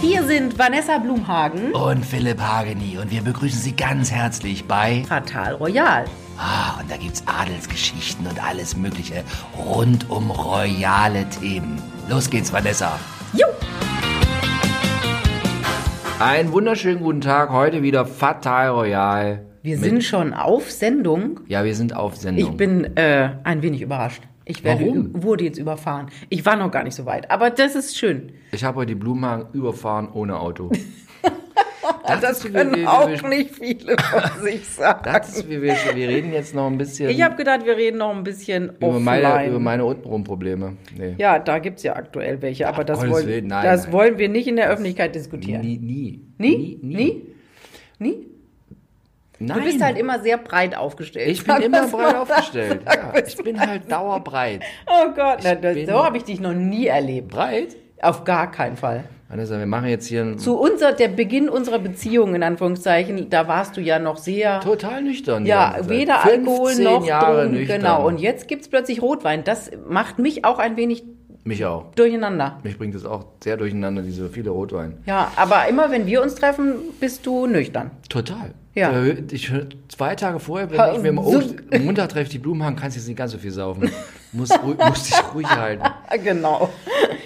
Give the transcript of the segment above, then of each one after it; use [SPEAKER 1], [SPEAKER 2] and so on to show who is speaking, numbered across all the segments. [SPEAKER 1] Hier sind Vanessa Blumhagen,
[SPEAKER 2] Und Philipp Hageni und wir begrüßen Sie ganz herzlich bei.
[SPEAKER 1] Fatal Royal.
[SPEAKER 2] Ah, und da gibt's Adelsgeschichten und alles Mögliche rund um royale Themen. Los geht's, Vanessa.
[SPEAKER 1] Jo!
[SPEAKER 2] Einen wunderschönen guten Tag. Heute wieder Fatal Royal.
[SPEAKER 1] Wir sind schon auf Sendung.
[SPEAKER 2] Ja, wir sind auf Sendung.
[SPEAKER 1] Ich bin äh, ein wenig überrascht. Ich werde,
[SPEAKER 2] Warum?
[SPEAKER 1] wurde jetzt überfahren. Ich war noch gar nicht so weit, aber das ist schön.
[SPEAKER 2] ich habe heute die Blumenhagen überfahren ohne Auto.
[SPEAKER 1] Das, können auch nicht viele von sich sagen.
[SPEAKER 2] Das, wir, wir, wir reden jetzt noch ein bisschen
[SPEAKER 1] ich habe gedacht, wir reden noch ein bisschen
[SPEAKER 2] über,
[SPEAKER 1] offline.
[SPEAKER 2] meine, über meine untenrum Probleme. Nee.
[SPEAKER 1] ja, da gibt es ja aktuell welche, aber das,
[SPEAKER 2] Gottes
[SPEAKER 1] wollen,
[SPEAKER 2] Willen, nein,
[SPEAKER 1] das
[SPEAKER 2] nein.
[SPEAKER 1] wollen wir nicht in der Öffentlichkeit diskutieren.
[SPEAKER 2] Nie, nie.
[SPEAKER 1] Nie? Nie? Nie?
[SPEAKER 2] Nein.
[SPEAKER 1] Du bist halt immer sehr breit aufgestellt.
[SPEAKER 2] Ich bin
[SPEAKER 1] Sag
[SPEAKER 2] immer
[SPEAKER 1] das
[SPEAKER 2] breit
[SPEAKER 1] mal.
[SPEAKER 2] aufgestellt. Ja, ich bin halt dauerbreit.
[SPEAKER 1] Oh Gott, na, das,
[SPEAKER 2] bin-
[SPEAKER 1] so habe ich dich noch nie erlebt.
[SPEAKER 2] Breit?
[SPEAKER 1] Auf gar keinen Fall.
[SPEAKER 2] Vanessa, wir machen jetzt hier einen
[SPEAKER 1] Zu unser, der Beginn unserer Beziehung, in Anführungszeichen, da warst du ja noch sehr.
[SPEAKER 2] total nüchtern. die
[SPEAKER 1] Ja,
[SPEAKER 2] ganze Zeit.
[SPEAKER 1] weder Alkohol
[SPEAKER 2] 15
[SPEAKER 1] noch
[SPEAKER 2] Jahre
[SPEAKER 1] Drogen.
[SPEAKER 2] nüchtern.
[SPEAKER 1] Genau. Und jetzt gibt's plötzlich Rotwein. Das macht mich auch ein wenig
[SPEAKER 2] Mich auch.
[SPEAKER 1] durcheinander.
[SPEAKER 2] Mich bringt es auch sehr durcheinander, diese viele Rotwein.
[SPEAKER 1] Ja, aber immer wenn wir uns treffen, bist du nüchtern.
[SPEAKER 2] Total.
[SPEAKER 1] Ja.
[SPEAKER 2] Äh, Ich, zwei Tage vorher bin
[SPEAKER 1] Ha,
[SPEAKER 2] ich mir im
[SPEAKER 1] so-
[SPEAKER 2] Obst, am Montag treffe ich die Blumenhagen, kannst jetzt nicht ganz so viel saufen. Muss, ruhig, muss dich ruhig halten.
[SPEAKER 1] Genau.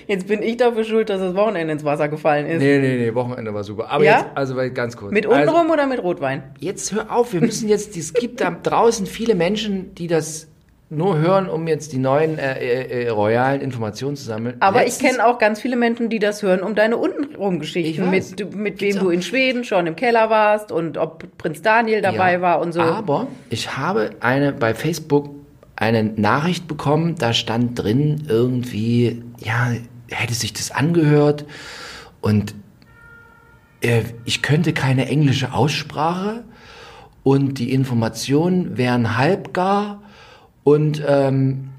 [SPEAKER 1] Jetzt bin ich dafür schuld, dass das Wochenende ins Wasser gefallen ist.
[SPEAKER 2] Nee, nee, nee, Wochenende war super. Aber
[SPEAKER 1] Ja?
[SPEAKER 2] jetzt, also weil- ganz kurz.
[SPEAKER 1] Mit
[SPEAKER 2] also,
[SPEAKER 1] untenrum oder mit Rotwein?
[SPEAKER 2] jetzt hör auf, wir müssen jetzt, es gibt da draußen viele Menschen, die das nur hören, um jetzt die neuen äh, äh, äh, royalen Informationen zu sammeln.
[SPEAKER 1] Aber ich
[SPEAKER 2] Letztens-
[SPEAKER 1] kenne auch ganz viele Menschen, die das hören, um deine Untenrum-Geschichten,
[SPEAKER 2] Ich weiß.
[SPEAKER 1] mit, mit wem du in Schweden schon im Keller warst und ob Prinz Daniel dabei war und so.
[SPEAKER 2] Aber ich habe eine bei Facebook eine Nachricht bekommen, da stand drin irgendwie, ja, hätte sich das angehört und äh, ich könnte keine englische Aussprache und die Informationen wären halbgar und, ähm,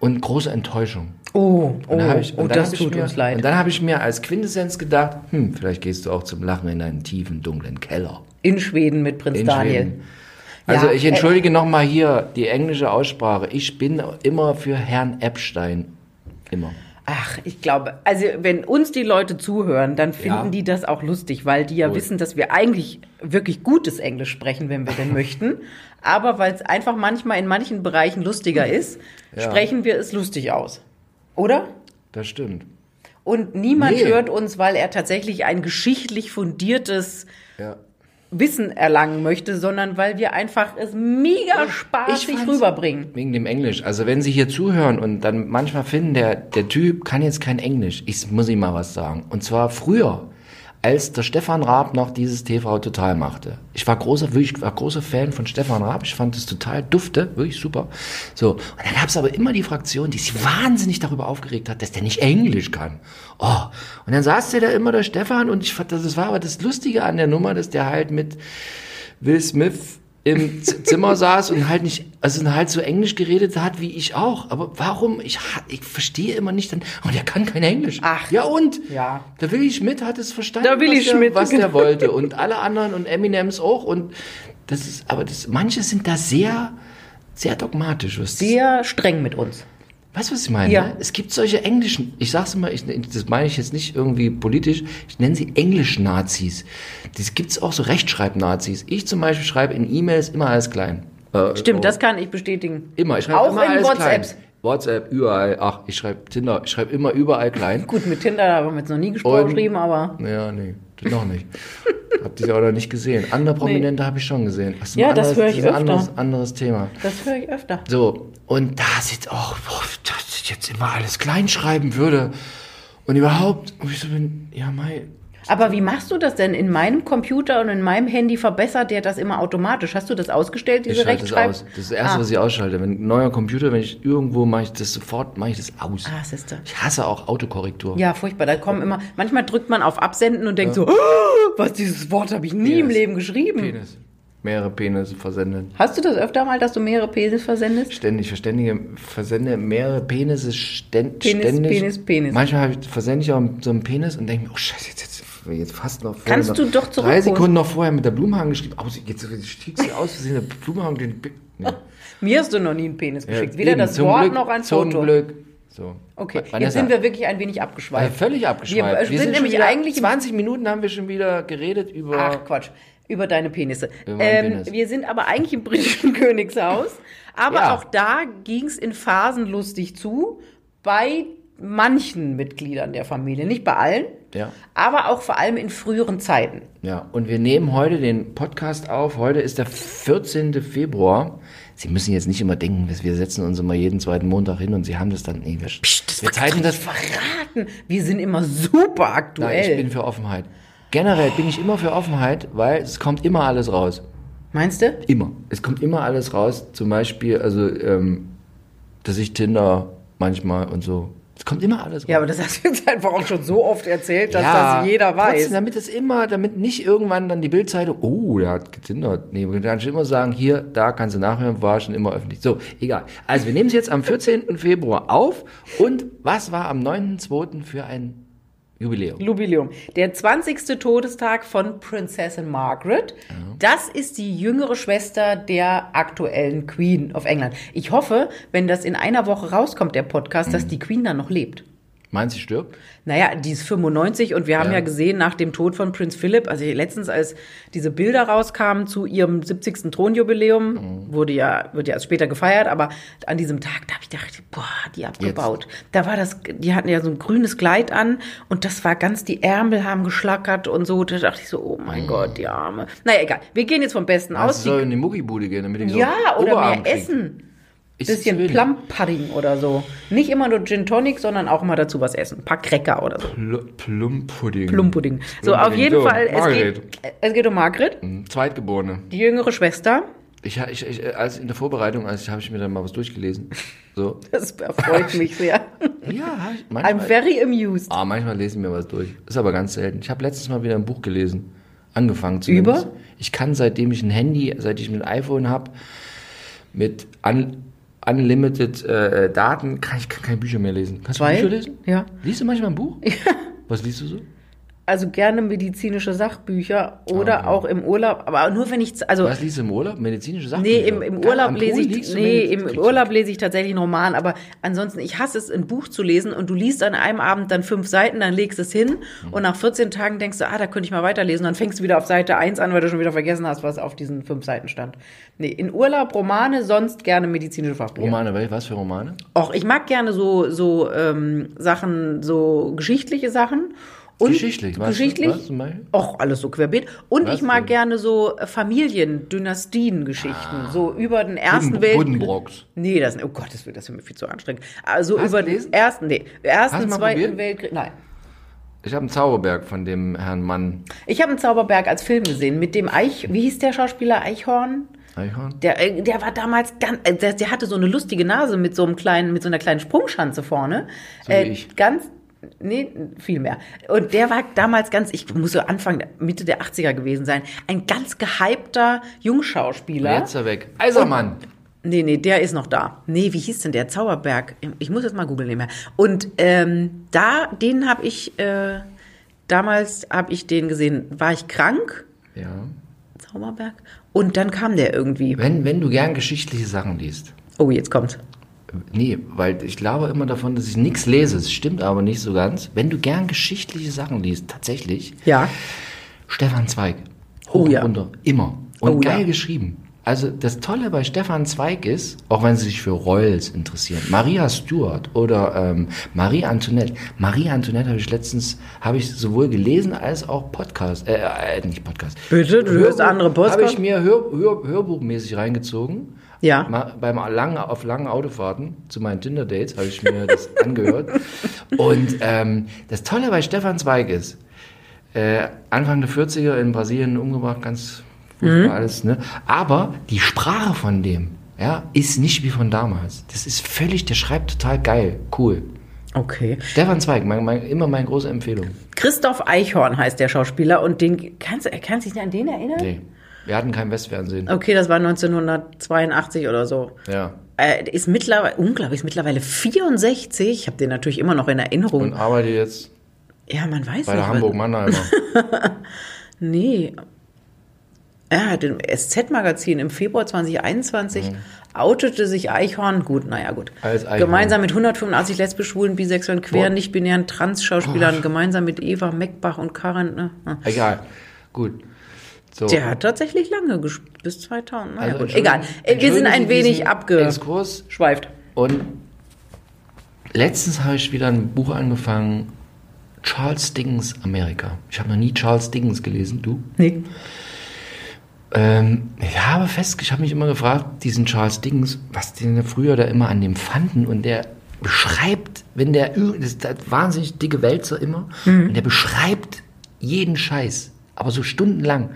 [SPEAKER 2] und große Enttäuschung.
[SPEAKER 1] Oh, oh,
[SPEAKER 2] Und dann hab ich,
[SPEAKER 1] oh
[SPEAKER 2] und dann
[SPEAKER 1] das
[SPEAKER 2] hab ich
[SPEAKER 1] tut
[SPEAKER 2] mir,
[SPEAKER 1] uns leid.
[SPEAKER 2] Und dann habe ich mir als Quintessenz gedacht, hm, vielleicht gehst du auch zum Lachen in einen tiefen, dunklen Keller.
[SPEAKER 1] in Schweden mit Prinz
[SPEAKER 2] In
[SPEAKER 1] Daniel.
[SPEAKER 2] Schweden. Also
[SPEAKER 1] Ja, äh,
[SPEAKER 2] ich entschuldige nochmal hier die englische Aussprache. Ich bin immer für Herrn Epstein. Immer.
[SPEAKER 1] Ach, ich glaube, also wenn uns die Leute zuhören, dann finden
[SPEAKER 2] Ja.
[SPEAKER 1] die das auch lustig, weil die ja
[SPEAKER 2] Wohl.
[SPEAKER 1] wissen, dass wir eigentlich wirklich gutes Englisch sprechen, wenn wir denn möchten. Aber weil es einfach manchmal in manchen Bereichen lustiger ist,
[SPEAKER 2] Ja.
[SPEAKER 1] sprechen wir es lustig aus. Oder?
[SPEAKER 2] Das stimmt.
[SPEAKER 1] Und niemand
[SPEAKER 2] Nee.
[SPEAKER 1] hört uns, weil er tatsächlich ein geschichtlich fundiertes
[SPEAKER 2] Ja.
[SPEAKER 1] Wissen erlangen möchte, sondern weil wir einfach es mega spaßig
[SPEAKER 2] fand's-
[SPEAKER 1] rüberbringen.
[SPEAKER 2] Wegen dem Englisch. Also wenn Sie hier zuhören und dann manchmal finden, der, der Typ kann jetzt kein Englisch. Ich muss ihm mal was sagen. Und zwar früher, als der Stefan Raab noch dieses TV Total machte. Ich war großer, wirklich, war großer Fan von Stefan Raab. Ich fand es total dufte, wirklich super. So. Und dann gab es aber immer die Fraktion, die sich wahnsinnig darüber aufgeregt hat, dass der nicht Englisch kann. Oh. Und dann saß der da immer, der Stefan, und ich fand, das das war aber das Lustige an der Nummer, dass der halt mit Will Smith im Z Zimmer saß und halt nicht, also halt so Englisch geredet hat wie ich auch. Aber warum? Ich, ha- ich verstehe immer nicht. Dann, oh, der kann kein Englisch.
[SPEAKER 1] Ach.
[SPEAKER 2] Ja und?
[SPEAKER 1] Ja.
[SPEAKER 2] Der Willi Schmidt hat es verstanden,
[SPEAKER 1] Der Willi
[SPEAKER 2] was, der,
[SPEAKER 1] Schmidt,
[SPEAKER 2] was
[SPEAKER 1] genau.
[SPEAKER 2] der wollte. Und alle anderen und Eminems auch. Und das ist, aber das, manche sind da sehr, sehr dogmatisch. Was
[SPEAKER 1] Sehr streng mit uns.
[SPEAKER 2] Weißt du, was ich meine?
[SPEAKER 1] Ja.
[SPEAKER 2] ne? Es gibt solche englischen, ich sag's immer, ich, das meine ich jetzt nicht irgendwie politisch, ich nenne sie Englisch-Nazis. Das gibt's auch so Rechtschreib-Nazis. Ich zum Beispiel schreibe in E-Mails immer alles klein. Äh,
[SPEAKER 1] Stimmt,
[SPEAKER 2] oh,
[SPEAKER 1] das kann ich bestätigen.
[SPEAKER 2] Immer, ich schreibe
[SPEAKER 1] auch
[SPEAKER 2] immer
[SPEAKER 1] in
[SPEAKER 2] alles
[SPEAKER 1] WhatsApps.
[SPEAKER 2] klein. WhatsApp, überall, ach, ich schreibe Tinder, ich schreibe immer überall klein.
[SPEAKER 1] Gut, mit Tinder haben wir jetzt noch nie gesprochen,
[SPEAKER 2] Und-
[SPEAKER 1] geschrieben, aber.
[SPEAKER 2] Ja, nee, das noch nicht. Hab dich auch noch nicht gesehen. Andere Prominente hab habe ich schon gesehen. ist ein
[SPEAKER 1] Ja, das höre ich
[SPEAKER 2] ist ein
[SPEAKER 1] öfter.
[SPEAKER 2] Anderes, anderes Thema.
[SPEAKER 1] Das höre ich öfter.
[SPEAKER 2] So, und da sitzt auch, boah, dass ich jetzt immer alles klein schreiben würde. Und überhaupt, und ich so bin, ja, mei.
[SPEAKER 1] Aber wie machst du das denn? In meinem Computer und in meinem Handy verbessert der das immer automatisch. Hast du das ausgestellt,
[SPEAKER 2] Ich
[SPEAKER 1] diese
[SPEAKER 2] schalte das
[SPEAKER 1] Rechtschreib?
[SPEAKER 2] aus. Das ist das Erste,
[SPEAKER 1] Ah.
[SPEAKER 2] was ich ausschalte. Wenn ein neuer Computer, wenn ich irgendwo mache, ich das sofort, mache ich das aus.
[SPEAKER 1] Ah, siehste.
[SPEAKER 2] Ich hasse auch Autokorrektur.
[SPEAKER 1] Ja, furchtbar. Da kommen immer, manchmal drückt man auf Absenden und denkt so, oh, was, dieses Wort habe ich nie im
[SPEAKER 2] Penis.
[SPEAKER 1] Leben geschrieben.
[SPEAKER 2] Penis. Mehrere Penisse versendet.
[SPEAKER 1] Hast du das öfter mal, dass du mehrere Penis versendest?
[SPEAKER 2] Ständig, verständige, versende mehrere Penisse ständ,
[SPEAKER 1] Penis,
[SPEAKER 2] ständig.
[SPEAKER 1] Penis, Penis.
[SPEAKER 2] Manchmal hab ich, versende ich auch so einen Penis und denke mir, oh Scheiße, jetzt, jetzt, jetzt fast noch vorher
[SPEAKER 1] Kannst
[SPEAKER 2] noch
[SPEAKER 1] du doch
[SPEAKER 2] Drei
[SPEAKER 1] zurückholen.
[SPEAKER 2] Sekunden noch vorher mit der Blumenhagen geschrieben. Aber sie- jetzt stieg sie aus, wir sehen der Blumenhagen den. Nee.
[SPEAKER 1] Mir hast du noch nie einen Penis geschickt. Weder
[SPEAKER 2] Eben,
[SPEAKER 1] Ah, das
[SPEAKER 2] zum
[SPEAKER 1] Wort
[SPEAKER 2] Glück,
[SPEAKER 1] noch ein
[SPEAKER 2] zum
[SPEAKER 1] Foto.
[SPEAKER 2] Glück, So.
[SPEAKER 1] Okay,
[SPEAKER 2] Vanessa,
[SPEAKER 1] jetzt sind wir wirklich ein wenig
[SPEAKER 2] äh,
[SPEAKER 1] abgeschweift.
[SPEAKER 2] völlig abgeschweift.
[SPEAKER 1] Wir, äh, sind
[SPEAKER 2] schon
[SPEAKER 1] nämlich
[SPEAKER 2] wieder,
[SPEAKER 1] eigentlich im-
[SPEAKER 2] 20 Minuten haben wir schon wieder geredet über.
[SPEAKER 1] Ach Quatsch, über deine Penisse.
[SPEAKER 2] Über meinen
[SPEAKER 1] ähm,
[SPEAKER 2] Penis.
[SPEAKER 1] Wir sind aber eigentlich im britischen Königshaus. Aber
[SPEAKER 2] Ja.
[SPEAKER 1] auch da ging es in Phasen lustig zu. Bei manchen Mitgliedern der Familie, nicht bei allen,
[SPEAKER 2] Ja.
[SPEAKER 1] aber auch vor allem in früheren Zeiten.
[SPEAKER 2] Ja, und wir nehmen heute den Podcast auf. Heute ist der 14. Februar. Sie müssen jetzt nicht immer denken, dass wir setzen uns immer jeden zweiten Montag hin und Sie haben das dann. Nee, wir, wir teilen das.
[SPEAKER 1] Verraten, wir sind immer super aktuell.
[SPEAKER 2] Nein, ich bin für Offenheit. Generell bin ich immer für Offenheit, weil es kommt immer alles raus.
[SPEAKER 1] Meinst du?
[SPEAKER 2] Immer. Es kommt immer alles raus. Zum Beispiel, also, ähm, dass ich Tinder manchmal und so. Es kommt immer alles raus.
[SPEAKER 1] Ja, aber das hast du jetzt einfach auch schon so oft erzählt, dass das jeder
[SPEAKER 2] Trotzdem,
[SPEAKER 1] weiß.
[SPEAKER 2] damit es immer, damit nicht irgendwann dann die Bildzeitung, oh, der hat getindert. Nee, man kann schon immer sagen, hier, da kannst du nachhören, war schon immer öffentlich. So, egal. Also wir nehmen es jetzt am 14. Februar auf und was war am 9.2. für ein Jubiläum?
[SPEAKER 1] Jubiläum. Der 20. Todestag von Prinzessin Margaret. Das ist die jüngere Schwester der aktuellen Queen of England. Ich hoffe, wenn das in einer Woche rauskommt, der Podcast, dass die Queen dann noch lebt.
[SPEAKER 2] Meinst du, sie stirbt?
[SPEAKER 1] Naja, die ist 95 und wir haben
[SPEAKER 2] Ja.
[SPEAKER 1] ja, gesehen, nach dem Tod von Prinz Philipp, also letztens, als diese Bilder rauskamen zu ihrem 70. Thronjubiläum,
[SPEAKER 2] Mhm.
[SPEAKER 1] wurde ja, wird ja erst später gefeiert, aber an diesem Tag, da habe ich gedacht, boah, die abgebaut. Da war das, die hatten ja so ein grünes Kleid an und das war ganz, die Ärmel haben geschlackert und so, da dachte ich so, oh
[SPEAKER 2] Mhm.
[SPEAKER 1] mein Gott, die Arme. Naja, egal, wir gehen jetzt vom Besten
[SPEAKER 2] Also
[SPEAKER 1] aus.
[SPEAKER 2] sie soll in die Muckibude gehen, damit ich so
[SPEAKER 1] ja, oder
[SPEAKER 2] Oberarm
[SPEAKER 1] mehr
[SPEAKER 2] krieg.
[SPEAKER 1] essen.
[SPEAKER 2] Ist zu
[SPEAKER 1] Bisschen
[SPEAKER 2] wenig.
[SPEAKER 1] Plum-Pudding oder so. Nicht immer nur Gin Tonic, sondern auch mal dazu was essen. Ein paar Cracker oder so.
[SPEAKER 2] Pl Plumpudding.
[SPEAKER 1] Plumpudding. So, auf
[SPEAKER 2] Mhm. Plumpudding.
[SPEAKER 1] jeden
[SPEAKER 2] So, Mhm.
[SPEAKER 1] Fall, es geht, es geht um Margret,
[SPEAKER 2] Margret, Zweitgeborene.
[SPEAKER 1] die jüngere Schwester.
[SPEAKER 2] Ich, ich, ich, als in der Vorbereitung, als habe ich mir dann mal was durchgelesen. So.
[SPEAKER 1] Das erfreut mich sehr.
[SPEAKER 2] Ja, hab ich
[SPEAKER 1] I'm very amused.
[SPEAKER 2] Ah, manchmal lese ich mir was durch. Ist aber ganz selten. Ich habe letztes Mal wieder ein Buch gelesen. Angefangen zumindest.
[SPEAKER 1] Über?
[SPEAKER 2] Ich kann, seitdem ich ein Handy, seit ich ein iPhone habe, mit un unlimited äh, Daten, kann ich kann keine Bücher mehr lesen. Kannst
[SPEAKER 1] Weil-
[SPEAKER 2] du Bücher lesen?
[SPEAKER 1] ja.
[SPEAKER 2] Liest du manchmal ein Buch? Ja. Was liest du so?
[SPEAKER 1] Also gerne medizinische Sachbücher oder
[SPEAKER 2] Okay.
[SPEAKER 1] auch im Urlaub, aber nur wenn ich, also,
[SPEAKER 2] Ah. Was liest du im Urlaub? Medizinische Sachen?
[SPEAKER 1] nee, im, im Urlaub lese ich, nee, im Urlaub
[SPEAKER 2] lese
[SPEAKER 1] lese ich tatsächlich einen Roman, aber ansonsten, ich hasse es, ein Buch zu lesen und du liest an einem Abend dann fünf Seiten, dann legst es hin
[SPEAKER 2] Mhm.
[SPEAKER 1] und nach 14 Tagen denkst du, ah, da könnte ich mal weiterlesen, dann fängst du wieder auf Seite 1 an, weil du schon wieder vergessen hast, was auf diesen fünf Seiten stand. Nee, in Urlaub Romane, sonst gerne medizinische Fachbücher.
[SPEAKER 2] Romane, wel- was für Romane?
[SPEAKER 1] Och, ich mag gerne so, so ähm, Sachen, so geschichtliche Sachen. Und
[SPEAKER 2] Geschichtlich, was-
[SPEAKER 1] Geschichtlich.
[SPEAKER 2] was zum Beispiel?
[SPEAKER 1] Och, alles so querbeet. Und
[SPEAKER 2] Was
[SPEAKER 1] ich mag
[SPEAKER 2] denn?
[SPEAKER 1] gerne so Familien,
[SPEAKER 2] Ah.
[SPEAKER 1] Dynastiengeschichten. so über den Ersten
[SPEAKER 2] Budden-
[SPEAKER 1] Weltkrieg.
[SPEAKER 2] Buddenbrooks.
[SPEAKER 1] Nee, das, oh Gott, das, wird- das ist mir viel zu anstrengend. Also
[SPEAKER 2] Hast
[SPEAKER 1] über
[SPEAKER 2] du
[SPEAKER 1] den
[SPEAKER 2] gelesen?
[SPEAKER 1] Ersten, nee,
[SPEAKER 2] Hast du
[SPEAKER 1] Ersten,
[SPEAKER 2] mal
[SPEAKER 1] Zweiten
[SPEAKER 2] probiert?
[SPEAKER 1] Weltkrieg. Nein.
[SPEAKER 2] Ich habe einen Zauberberg von dem Herrn Mann
[SPEAKER 1] Ich habe einen Zauberberg als Film gesehen mit dem Eich, wie hieß der Schauspieler? Eichhorn?
[SPEAKER 2] Eichhorn.
[SPEAKER 1] Der, äh, der war damals ganz, äh, der, der hatte so eine lustige Nase mit so einem kleinen, mit so einer kleinen Sprungschanze vorne. Äh,
[SPEAKER 2] So wie ich.
[SPEAKER 1] Ganz, nee, viel mehr. Und der war damals ganz, ich muss so Anfang, Mitte der 80er gewesen sein, ein ganz gehypter Jungschauspieler.
[SPEAKER 2] Jetzt ist er weg.
[SPEAKER 1] Also
[SPEAKER 2] Eisermann.
[SPEAKER 1] Nee, nee, der ist noch da. Nee, wie hieß denn der Zauberberg? Ich muss jetzt mal googeln nebenher. Und ähm, da, den habe ich, äh, damals habe ich den gesehen, war ich krank,
[SPEAKER 2] Ja.
[SPEAKER 1] Zauberberg, und dann kam der irgendwie.
[SPEAKER 2] Wenn, wenn du gern geschichtliche Sachen liest.
[SPEAKER 1] Oh, jetzt kommt's.
[SPEAKER 2] Nee, weil ich glaube immer davon, dass ich nichts lese. Es stimmt aber nicht so ganz. Wenn du gern geschichtliche Sachen liest, tatsächlich,
[SPEAKER 1] Ja.
[SPEAKER 2] Stefan Zweig.
[SPEAKER 1] Oh
[SPEAKER 2] Hoch
[SPEAKER 1] ja.
[SPEAKER 2] und runter. Immer. Und
[SPEAKER 1] Oh ja.
[SPEAKER 2] geil geschrieben. Also das Tolle bei Stefan Zweig ist, auch wenn sie sich für Royals interessieren, Maria Stuart oder ähm, Marie Antoinette. Marie Antoinette habe ich letztens, habe ich sowohl gelesen als auch Podcast, äh, äh nicht Podcast.
[SPEAKER 1] Bitte? Du hörst andere Podcasts?
[SPEAKER 2] Habe ich mir Hör, Hör, hörbuchmäßig reingezogen.
[SPEAKER 1] Ja.
[SPEAKER 2] Ma- beim langen, auf langen Autofahrten zu meinen Tinder-Dates habe ich mir das angehört. Und ähm, das Tolle bei Stefan Zweig ist, äh, Anfang der 40er in Brasilien umgebracht, ganz furchtbar alles. Ne? Aber die Sprache von dem ja, ist nicht wie von damals. Das ist völlig, der schreibt total geil, cool.
[SPEAKER 1] Okay.
[SPEAKER 2] Stefan Zweig, mein, mein, immer meine große Empfehlung.
[SPEAKER 1] Christoph Eichhorn heißt der Schauspieler und den kannst du kannst du dich an den erinnern?
[SPEAKER 2] Nee, wir hatten kein Westfernsehen.
[SPEAKER 1] Okay, das war 1982 oder so.
[SPEAKER 2] Ja.
[SPEAKER 1] Äh, ist mittlerweile unglaublich, ist mittlerweile 64. Ich habe den natürlich immer noch in Erinnerung.
[SPEAKER 2] Und arbeite jetzt
[SPEAKER 1] ja, man weiß
[SPEAKER 2] bei
[SPEAKER 1] nicht.
[SPEAKER 2] der Hamburg-Mannheimer.
[SPEAKER 1] was- Nee. Er hat im SZ-Magazin im Februar 2021 outete sich Eichhorn, gut, naja, gut.
[SPEAKER 2] Mhm. Als Eichhorn.
[SPEAKER 1] gemeinsam mit 185 lesbisch-schwulen, bisexuellen, queeren,
[SPEAKER 2] Boah.
[SPEAKER 1] nicht-binären Trans-Schauspielern, gemeinsam mit Eva Meckbach und Karen. Ne? Hm.
[SPEAKER 2] Egal. Gut. So.
[SPEAKER 1] Der hat tatsächlich lange gespielt, bis 2000. Naja,
[SPEAKER 2] Also
[SPEAKER 1] gut,
[SPEAKER 2] entschuldigen-
[SPEAKER 1] egal. Äh, Wir sind
[SPEAKER 2] entschuldigen
[SPEAKER 1] ein
[SPEAKER 2] Sie
[SPEAKER 1] wenig
[SPEAKER 2] diesen
[SPEAKER 1] abgeschweift.
[SPEAKER 2] Exkurs. Und letztens habe ich wieder ein Buch angefangen, Charles Dickens Amerika. Ich habe noch nie Charles Dickens gelesen, du?
[SPEAKER 1] Nee.
[SPEAKER 2] Ähm, ich habe fest, ich habe mich immer gefragt, diesen Charles Dickens, was die denn früher da immer an dem fanden und der beschreibt, wenn der, irg- das ist halt wahnsinnig dicke Wälzer immer, und der beschreibt jeden Scheiß, aber so stundenlang.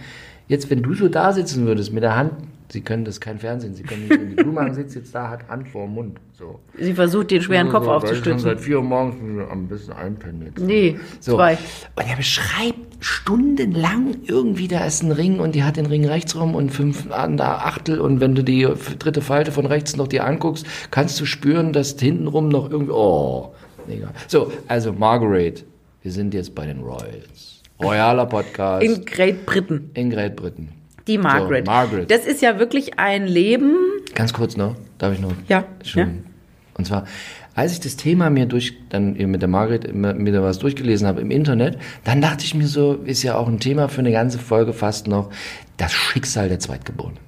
[SPEAKER 2] Jetzt, wenn du so da sitzen würdest mit der Hand, Sie können das ist kein Fernsehen, Sie können nicht in die Blume sitzt jetzt da, hat Hand vor dem Mund. So.
[SPEAKER 1] Sie versucht, den schweren Kopf
[SPEAKER 2] So, weil ich schon
[SPEAKER 1] aufzustützen.
[SPEAKER 2] Seit vier Uhr morgens bin ich ein bisschen einpendeln.
[SPEAKER 1] Nee,
[SPEAKER 2] So.
[SPEAKER 1] zwei.
[SPEAKER 2] Und er beschreibt stundenlang irgendwie, da ist ein Ring und die hat den Ring rechts rum und fünf an der Achtel und wenn du die f- dritte Falte von rechts noch dir anguckst, kannst du spüren, dass hintenrum noch irgendwie, oh, egal. So, also Margaret, wir sind jetzt bei den Royals. Royaler Podcast in,
[SPEAKER 1] In Great Britain.
[SPEAKER 2] Great Britain.
[SPEAKER 1] Die Margaret.
[SPEAKER 2] So, Margaret.
[SPEAKER 1] Das ist ja wirklich ein Leben.
[SPEAKER 2] Ganz kurz noch, darf ich noch?
[SPEAKER 1] Ja,
[SPEAKER 2] Schon.
[SPEAKER 1] ja.
[SPEAKER 2] Und zwar, als ich das Thema mir durch, dann eben mit der Margret, immer wieder was durchgelesen habe im Internet, dann dachte ich mir so, ist ja auch ein Thema für eine ganze Folge fast noch, das Schicksal der Zweitgeborenen.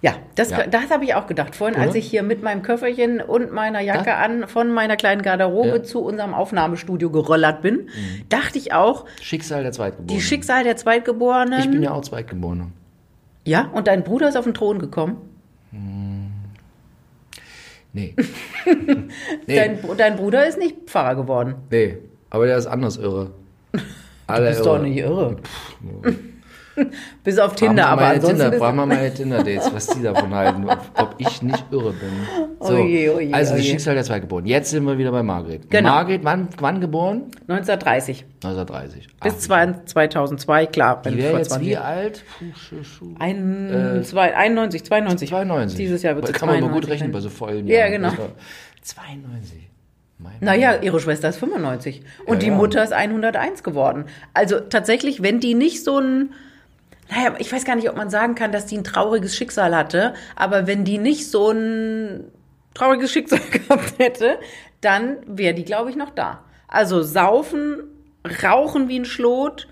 [SPEAKER 1] Ja, das,
[SPEAKER 2] Ja.
[SPEAKER 1] das habe ich auch gedacht. Vorhin, als
[SPEAKER 2] Oder?
[SPEAKER 1] ich hier mit meinem Köfferchen und meiner Jacke
[SPEAKER 2] Das-
[SPEAKER 1] an von meiner kleinen Garderobe
[SPEAKER 2] Ja. Mhm.
[SPEAKER 1] zu unserem Aufnahmestudio geröllert bin, dachte ich auch,
[SPEAKER 2] Schicksal der Zweitgeborenen.
[SPEAKER 1] die Schicksal der Zweitgeborenen.
[SPEAKER 2] ich bin ja auch Zweitgeborene.
[SPEAKER 1] ja, und dein Bruder ist auf den Thron gekommen.
[SPEAKER 2] Nee.
[SPEAKER 1] Dein, Br- dein Bruder ist nicht Pfarrer geworden.
[SPEAKER 2] nee. Aber der ist anders irre. Alle
[SPEAKER 1] Ist doch nicht irre. Äh, Bis auf
[SPEAKER 2] Fragen
[SPEAKER 1] Tinder,
[SPEAKER 2] wir
[SPEAKER 1] aber
[SPEAKER 2] meine
[SPEAKER 1] ansonsten.
[SPEAKER 2] Tinder,
[SPEAKER 1] ist-
[SPEAKER 2] fragen wir meine Tinder-Dates, was die davon halten, ob, ob ich nicht irre bin. So,
[SPEAKER 1] Oje, oje,
[SPEAKER 2] also das
[SPEAKER 1] oje.
[SPEAKER 2] Schicksal der Zweitgeborenen. Jetzt sind wir wieder bei Margret.
[SPEAKER 1] Genau.
[SPEAKER 2] Margret, wann, wann geboren?
[SPEAKER 1] 1930
[SPEAKER 2] 1930.
[SPEAKER 1] bis
[SPEAKER 2] Ach,
[SPEAKER 1] 2002, klar.
[SPEAKER 2] Die
[SPEAKER 1] wenn
[SPEAKER 2] wäre
[SPEAKER 1] vor
[SPEAKER 2] jetzt
[SPEAKER 1] 20
[SPEAKER 2] wie
[SPEAKER 1] Jahren.
[SPEAKER 2] alt? Puh, schu, schu.
[SPEAKER 1] Ein, zwei, 91, 92.
[SPEAKER 2] 92.
[SPEAKER 1] Dieses Jahr ne? wird
[SPEAKER 2] Kann
[SPEAKER 1] sie
[SPEAKER 2] man aber gut
[SPEAKER 1] 92
[SPEAKER 2] rechnen bei
[SPEAKER 1] sein.
[SPEAKER 2] so vollen
[SPEAKER 1] Ja,
[SPEAKER 2] Jahren.
[SPEAKER 1] genau.
[SPEAKER 2] Das war 92. Mein
[SPEAKER 1] Naja, ihre Schwester ist 95 und
[SPEAKER 2] Ja,
[SPEAKER 1] die
[SPEAKER 2] ja.
[SPEAKER 1] Mutter ist 101 geworden. Also tatsächlich, wenn die nicht so ein, naja, ich weiß gar nicht, ob man sagen kann, dass die ein trauriges Schicksal hatte, aber wenn die nicht so ein trauriges Schicksal gehabt hätte, dann wäre die, glaube ich, noch da. Also saufen, rauchen wie ein Schlot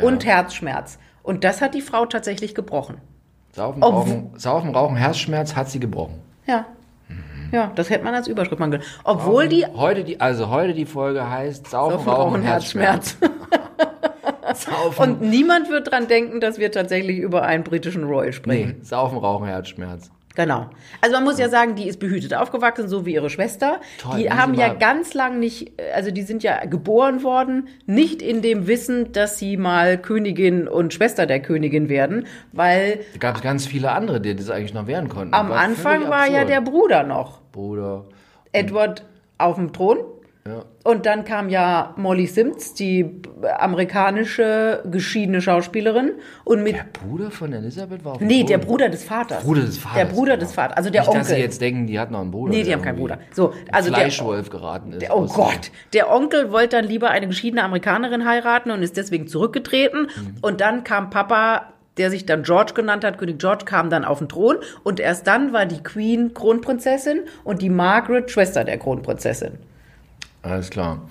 [SPEAKER 1] und Herzschmerz. Und das hat die Frau tatsächlich gebrochen.
[SPEAKER 2] Saufen,
[SPEAKER 1] Obwohl-
[SPEAKER 2] rauchen, Saufen, Rauchen, Herzschmerz hat sie gebrochen.
[SPEAKER 1] Ja.
[SPEAKER 2] Mhm.
[SPEAKER 1] Ja, das hätte man als Überschrift machen können. Obwohl die
[SPEAKER 2] Heute die, also heute die Folge heißt Saufen,
[SPEAKER 1] Saufen,
[SPEAKER 2] Rauchen,
[SPEAKER 1] Rauchen,
[SPEAKER 2] Herzschmerz. Saufen,
[SPEAKER 1] Und niemand wird dran denken, dass wir tatsächlich über einen britischen Royal sprechen.
[SPEAKER 2] nee, Saufen, Rauchen, Herzschmerz.
[SPEAKER 1] Genau. Also man muss ja sagen, die ist behütet aufgewachsen, so wie ihre Schwester.
[SPEAKER 2] Toll,
[SPEAKER 1] die
[SPEAKER 2] wenn
[SPEAKER 1] haben
[SPEAKER 2] sie
[SPEAKER 1] ja
[SPEAKER 2] mal-
[SPEAKER 1] ganz lang nicht, also die sind ja geboren worden, nicht in dem Wissen, dass sie mal Königin und Schwester der Königin werden, weil
[SPEAKER 2] Da gab es ganz viele andere, die das eigentlich noch werden konnten.
[SPEAKER 1] am
[SPEAKER 2] War
[SPEAKER 1] Anfang
[SPEAKER 2] völlig
[SPEAKER 1] war ja
[SPEAKER 2] absurd.
[SPEAKER 1] der Bruder noch.
[SPEAKER 2] Bruder.
[SPEAKER 1] Edward auf dem Thron.
[SPEAKER 2] Ja.
[SPEAKER 1] Und dann kam ja Molly Sims, die amerikanische geschiedene Schauspielerin. Und mit
[SPEAKER 2] Der Bruder von Elisabeth war auf dem
[SPEAKER 1] Nee,
[SPEAKER 2] Thron.
[SPEAKER 1] der Bruder des Vaters.
[SPEAKER 2] Bruder des Vaters.
[SPEAKER 1] Der Bruder des
[SPEAKER 2] genau.
[SPEAKER 1] Vaters, also der
[SPEAKER 2] Nicht, Dass
[SPEAKER 1] Onkel.
[SPEAKER 2] sie jetzt denken, die hat noch einen Bruder.
[SPEAKER 1] Nee, die
[SPEAKER 2] der
[SPEAKER 1] haben keinen
[SPEAKER 2] irgendwie
[SPEAKER 1] Bruder. So, also der-
[SPEAKER 2] Fleischwolf geraten ist.
[SPEAKER 1] Oh
[SPEAKER 2] aus-
[SPEAKER 1] Gott, der Onkel wollte dann lieber eine geschiedene Amerikanerin heiraten und ist deswegen zurückgetreten.
[SPEAKER 2] Mhm.
[SPEAKER 1] Und dann kam Papa, der sich dann George genannt hat, König George kam dann auf den Thron. Und erst dann war die Queen Kronprinzessin und die Margaret Schwester der Kronprinzessin.
[SPEAKER 2] Alles klar.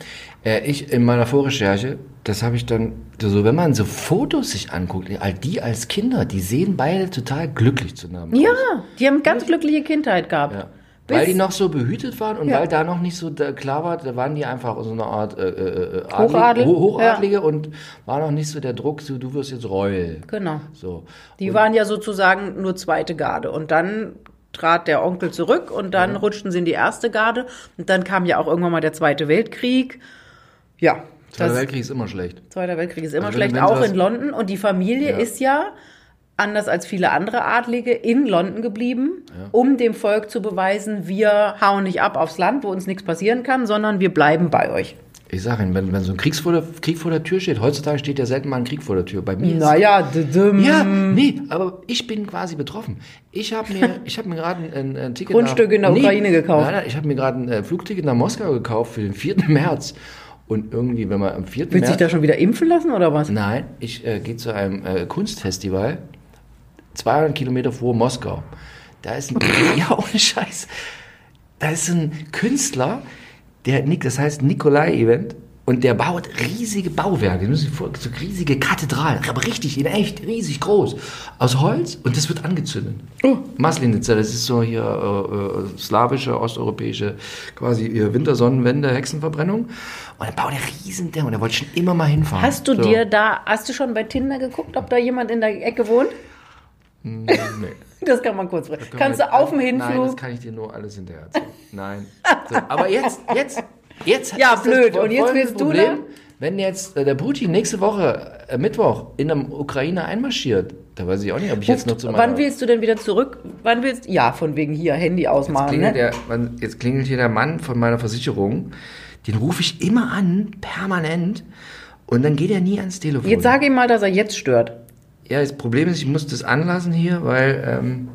[SPEAKER 2] Äh, ich in meiner Vorrecherche, das habe ich dann so, wenn man so Fotos sich anguckt, all die als Kinder, die sehen beide total glücklich zusammen.
[SPEAKER 1] Ja, die haben ganz glückliche Kindheit gehabt.
[SPEAKER 2] Ja.
[SPEAKER 1] Bis-
[SPEAKER 2] Weil die noch so behütet waren und
[SPEAKER 1] Ja.
[SPEAKER 2] weil da noch nicht so da klar war, da waren die einfach so eine Art äh, äh, äh, Adlige-
[SPEAKER 1] Hochadel?
[SPEAKER 2] Ho- Hochadlige und war noch nicht so der Druck, so du wirst jetzt Reul.
[SPEAKER 1] Genau.
[SPEAKER 2] So.
[SPEAKER 1] Die waren ja sozusagen nur zweite Garde. Und dann trat der Onkel zurück und dann rutschten sie in die erste Garde. Und dann kam ja auch irgendwann mal der Zweite Weltkrieg. Ja,
[SPEAKER 2] Zweiter
[SPEAKER 1] das,
[SPEAKER 2] Weltkrieg ist immer schlecht.
[SPEAKER 1] Zweiter Weltkrieg ist immer
[SPEAKER 2] Also wenn-
[SPEAKER 1] schlecht,
[SPEAKER 2] wenn
[SPEAKER 1] auch
[SPEAKER 2] sowas-
[SPEAKER 1] in London. Und die Familie
[SPEAKER 2] Ja.
[SPEAKER 1] ist ja, anders als viele andere Adlige, in London geblieben, um dem Volk zu beweisen, wir hauen nicht ab aufs Land, wo uns nichts passieren kann, sondern wir bleiben bei euch.
[SPEAKER 2] Ich sage Ihnen, wenn, wenn so ein Krieg vor, der, Krieg vor der Tür steht, heutzutage steht ja selten mal ein Krieg vor der Tür. Bei mir ist
[SPEAKER 1] Naja, düm.
[SPEAKER 2] Ja, nee, aber ich bin quasi betroffen. Ich habe mir, ich habe mir gerade ein, äh, ein Ticket
[SPEAKER 1] Grundstück in der Ukraine gekauft.
[SPEAKER 2] Nein, nein, ich habe mir gerade ein äh, Flugticket nach Moskau gekauft für den 4. März. Und irgendwie, wenn man am 4.
[SPEAKER 1] Willst du dich
[SPEAKER 2] März
[SPEAKER 1] da schon wieder impfen lassen oder was?
[SPEAKER 2] Nein, ich äh, gehe zu einem äh, Kunstfestival 200 Kilometer vor Moskau. Da ist ein, ja, ohne Scheiß. Da ist ein Künstler, der, Nick- das heißt Nikolai Event, und der baut riesige Bauwerke, müssen Sie sich vor- so riesige Kathedralen, aber richtig, in echt, riesig groß, aus Holz und das wird angezündet. Oh. Maslinica, das ist so hier äh, äh, slawische, osteuropäische, quasi äh, Wintersonnenwende, Hexenverbrennung. Und dann baut er riesen Dinge und er wollte schon immer mal hinfahren.
[SPEAKER 1] Hast du
[SPEAKER 2] so.
[SPEAKER 1] dir da, hast du schon bei Tinder geguckt, ob da jemand in der Ecke wohnt?
[SPEAKER 2] Hm, Nee.
[SPEAKER 1] Das kann man kurz bringen. Kannst
[SPEAKER 2] Können
[SPEAKER 1] du
[SPEAKER 2] wir-
[SPEAKER 1] auf dem
[SPEAKER 2] Nein, das
[SPEAKER 1] Hinflug.
[SPEAKER 2] kann ich dir nur alles hinterher erzählen. Nein. So, aber jetzt, jetzt, jetzt.
[SPEAKER 1] Ja,
[SPEAKER 2] ist das
[SPEAKER 1] blöd. Und jetzt
[SPEAKER 2] folgende
[SPEAKER 1] willst du
[SPEAKER 2] Problem,
[SPEAKER 1] da-
[SPEAKER 2] Wenn jetzt äh, der Putin nächste Woche, äh, Mittwoch, in der Ukraine einmarschiert, da weiß ich auch nicht, ob ich jetzt noch zu meiner...
[SPEAKER 1] Wann willst du denn wieder zurück? Wann willst Ja, von wegen hier, Handy ausmachen.
[SPEAKER 2] klingelt
[SPEAKER 1] Ne?
[SPEAKER 2] der, wann- jetzt klingelt hier der Mann von meiner Versicherung. Den rufe ich immer an, permanent. Und dann geht er nie ans Telefon.
[SPEAKER 1] Jetzt sag ihm mal, dass er jetzt stört.
[SPEAKER 2] Ja, das Problem ist, ich muss das anlassen hier, weil, ähm,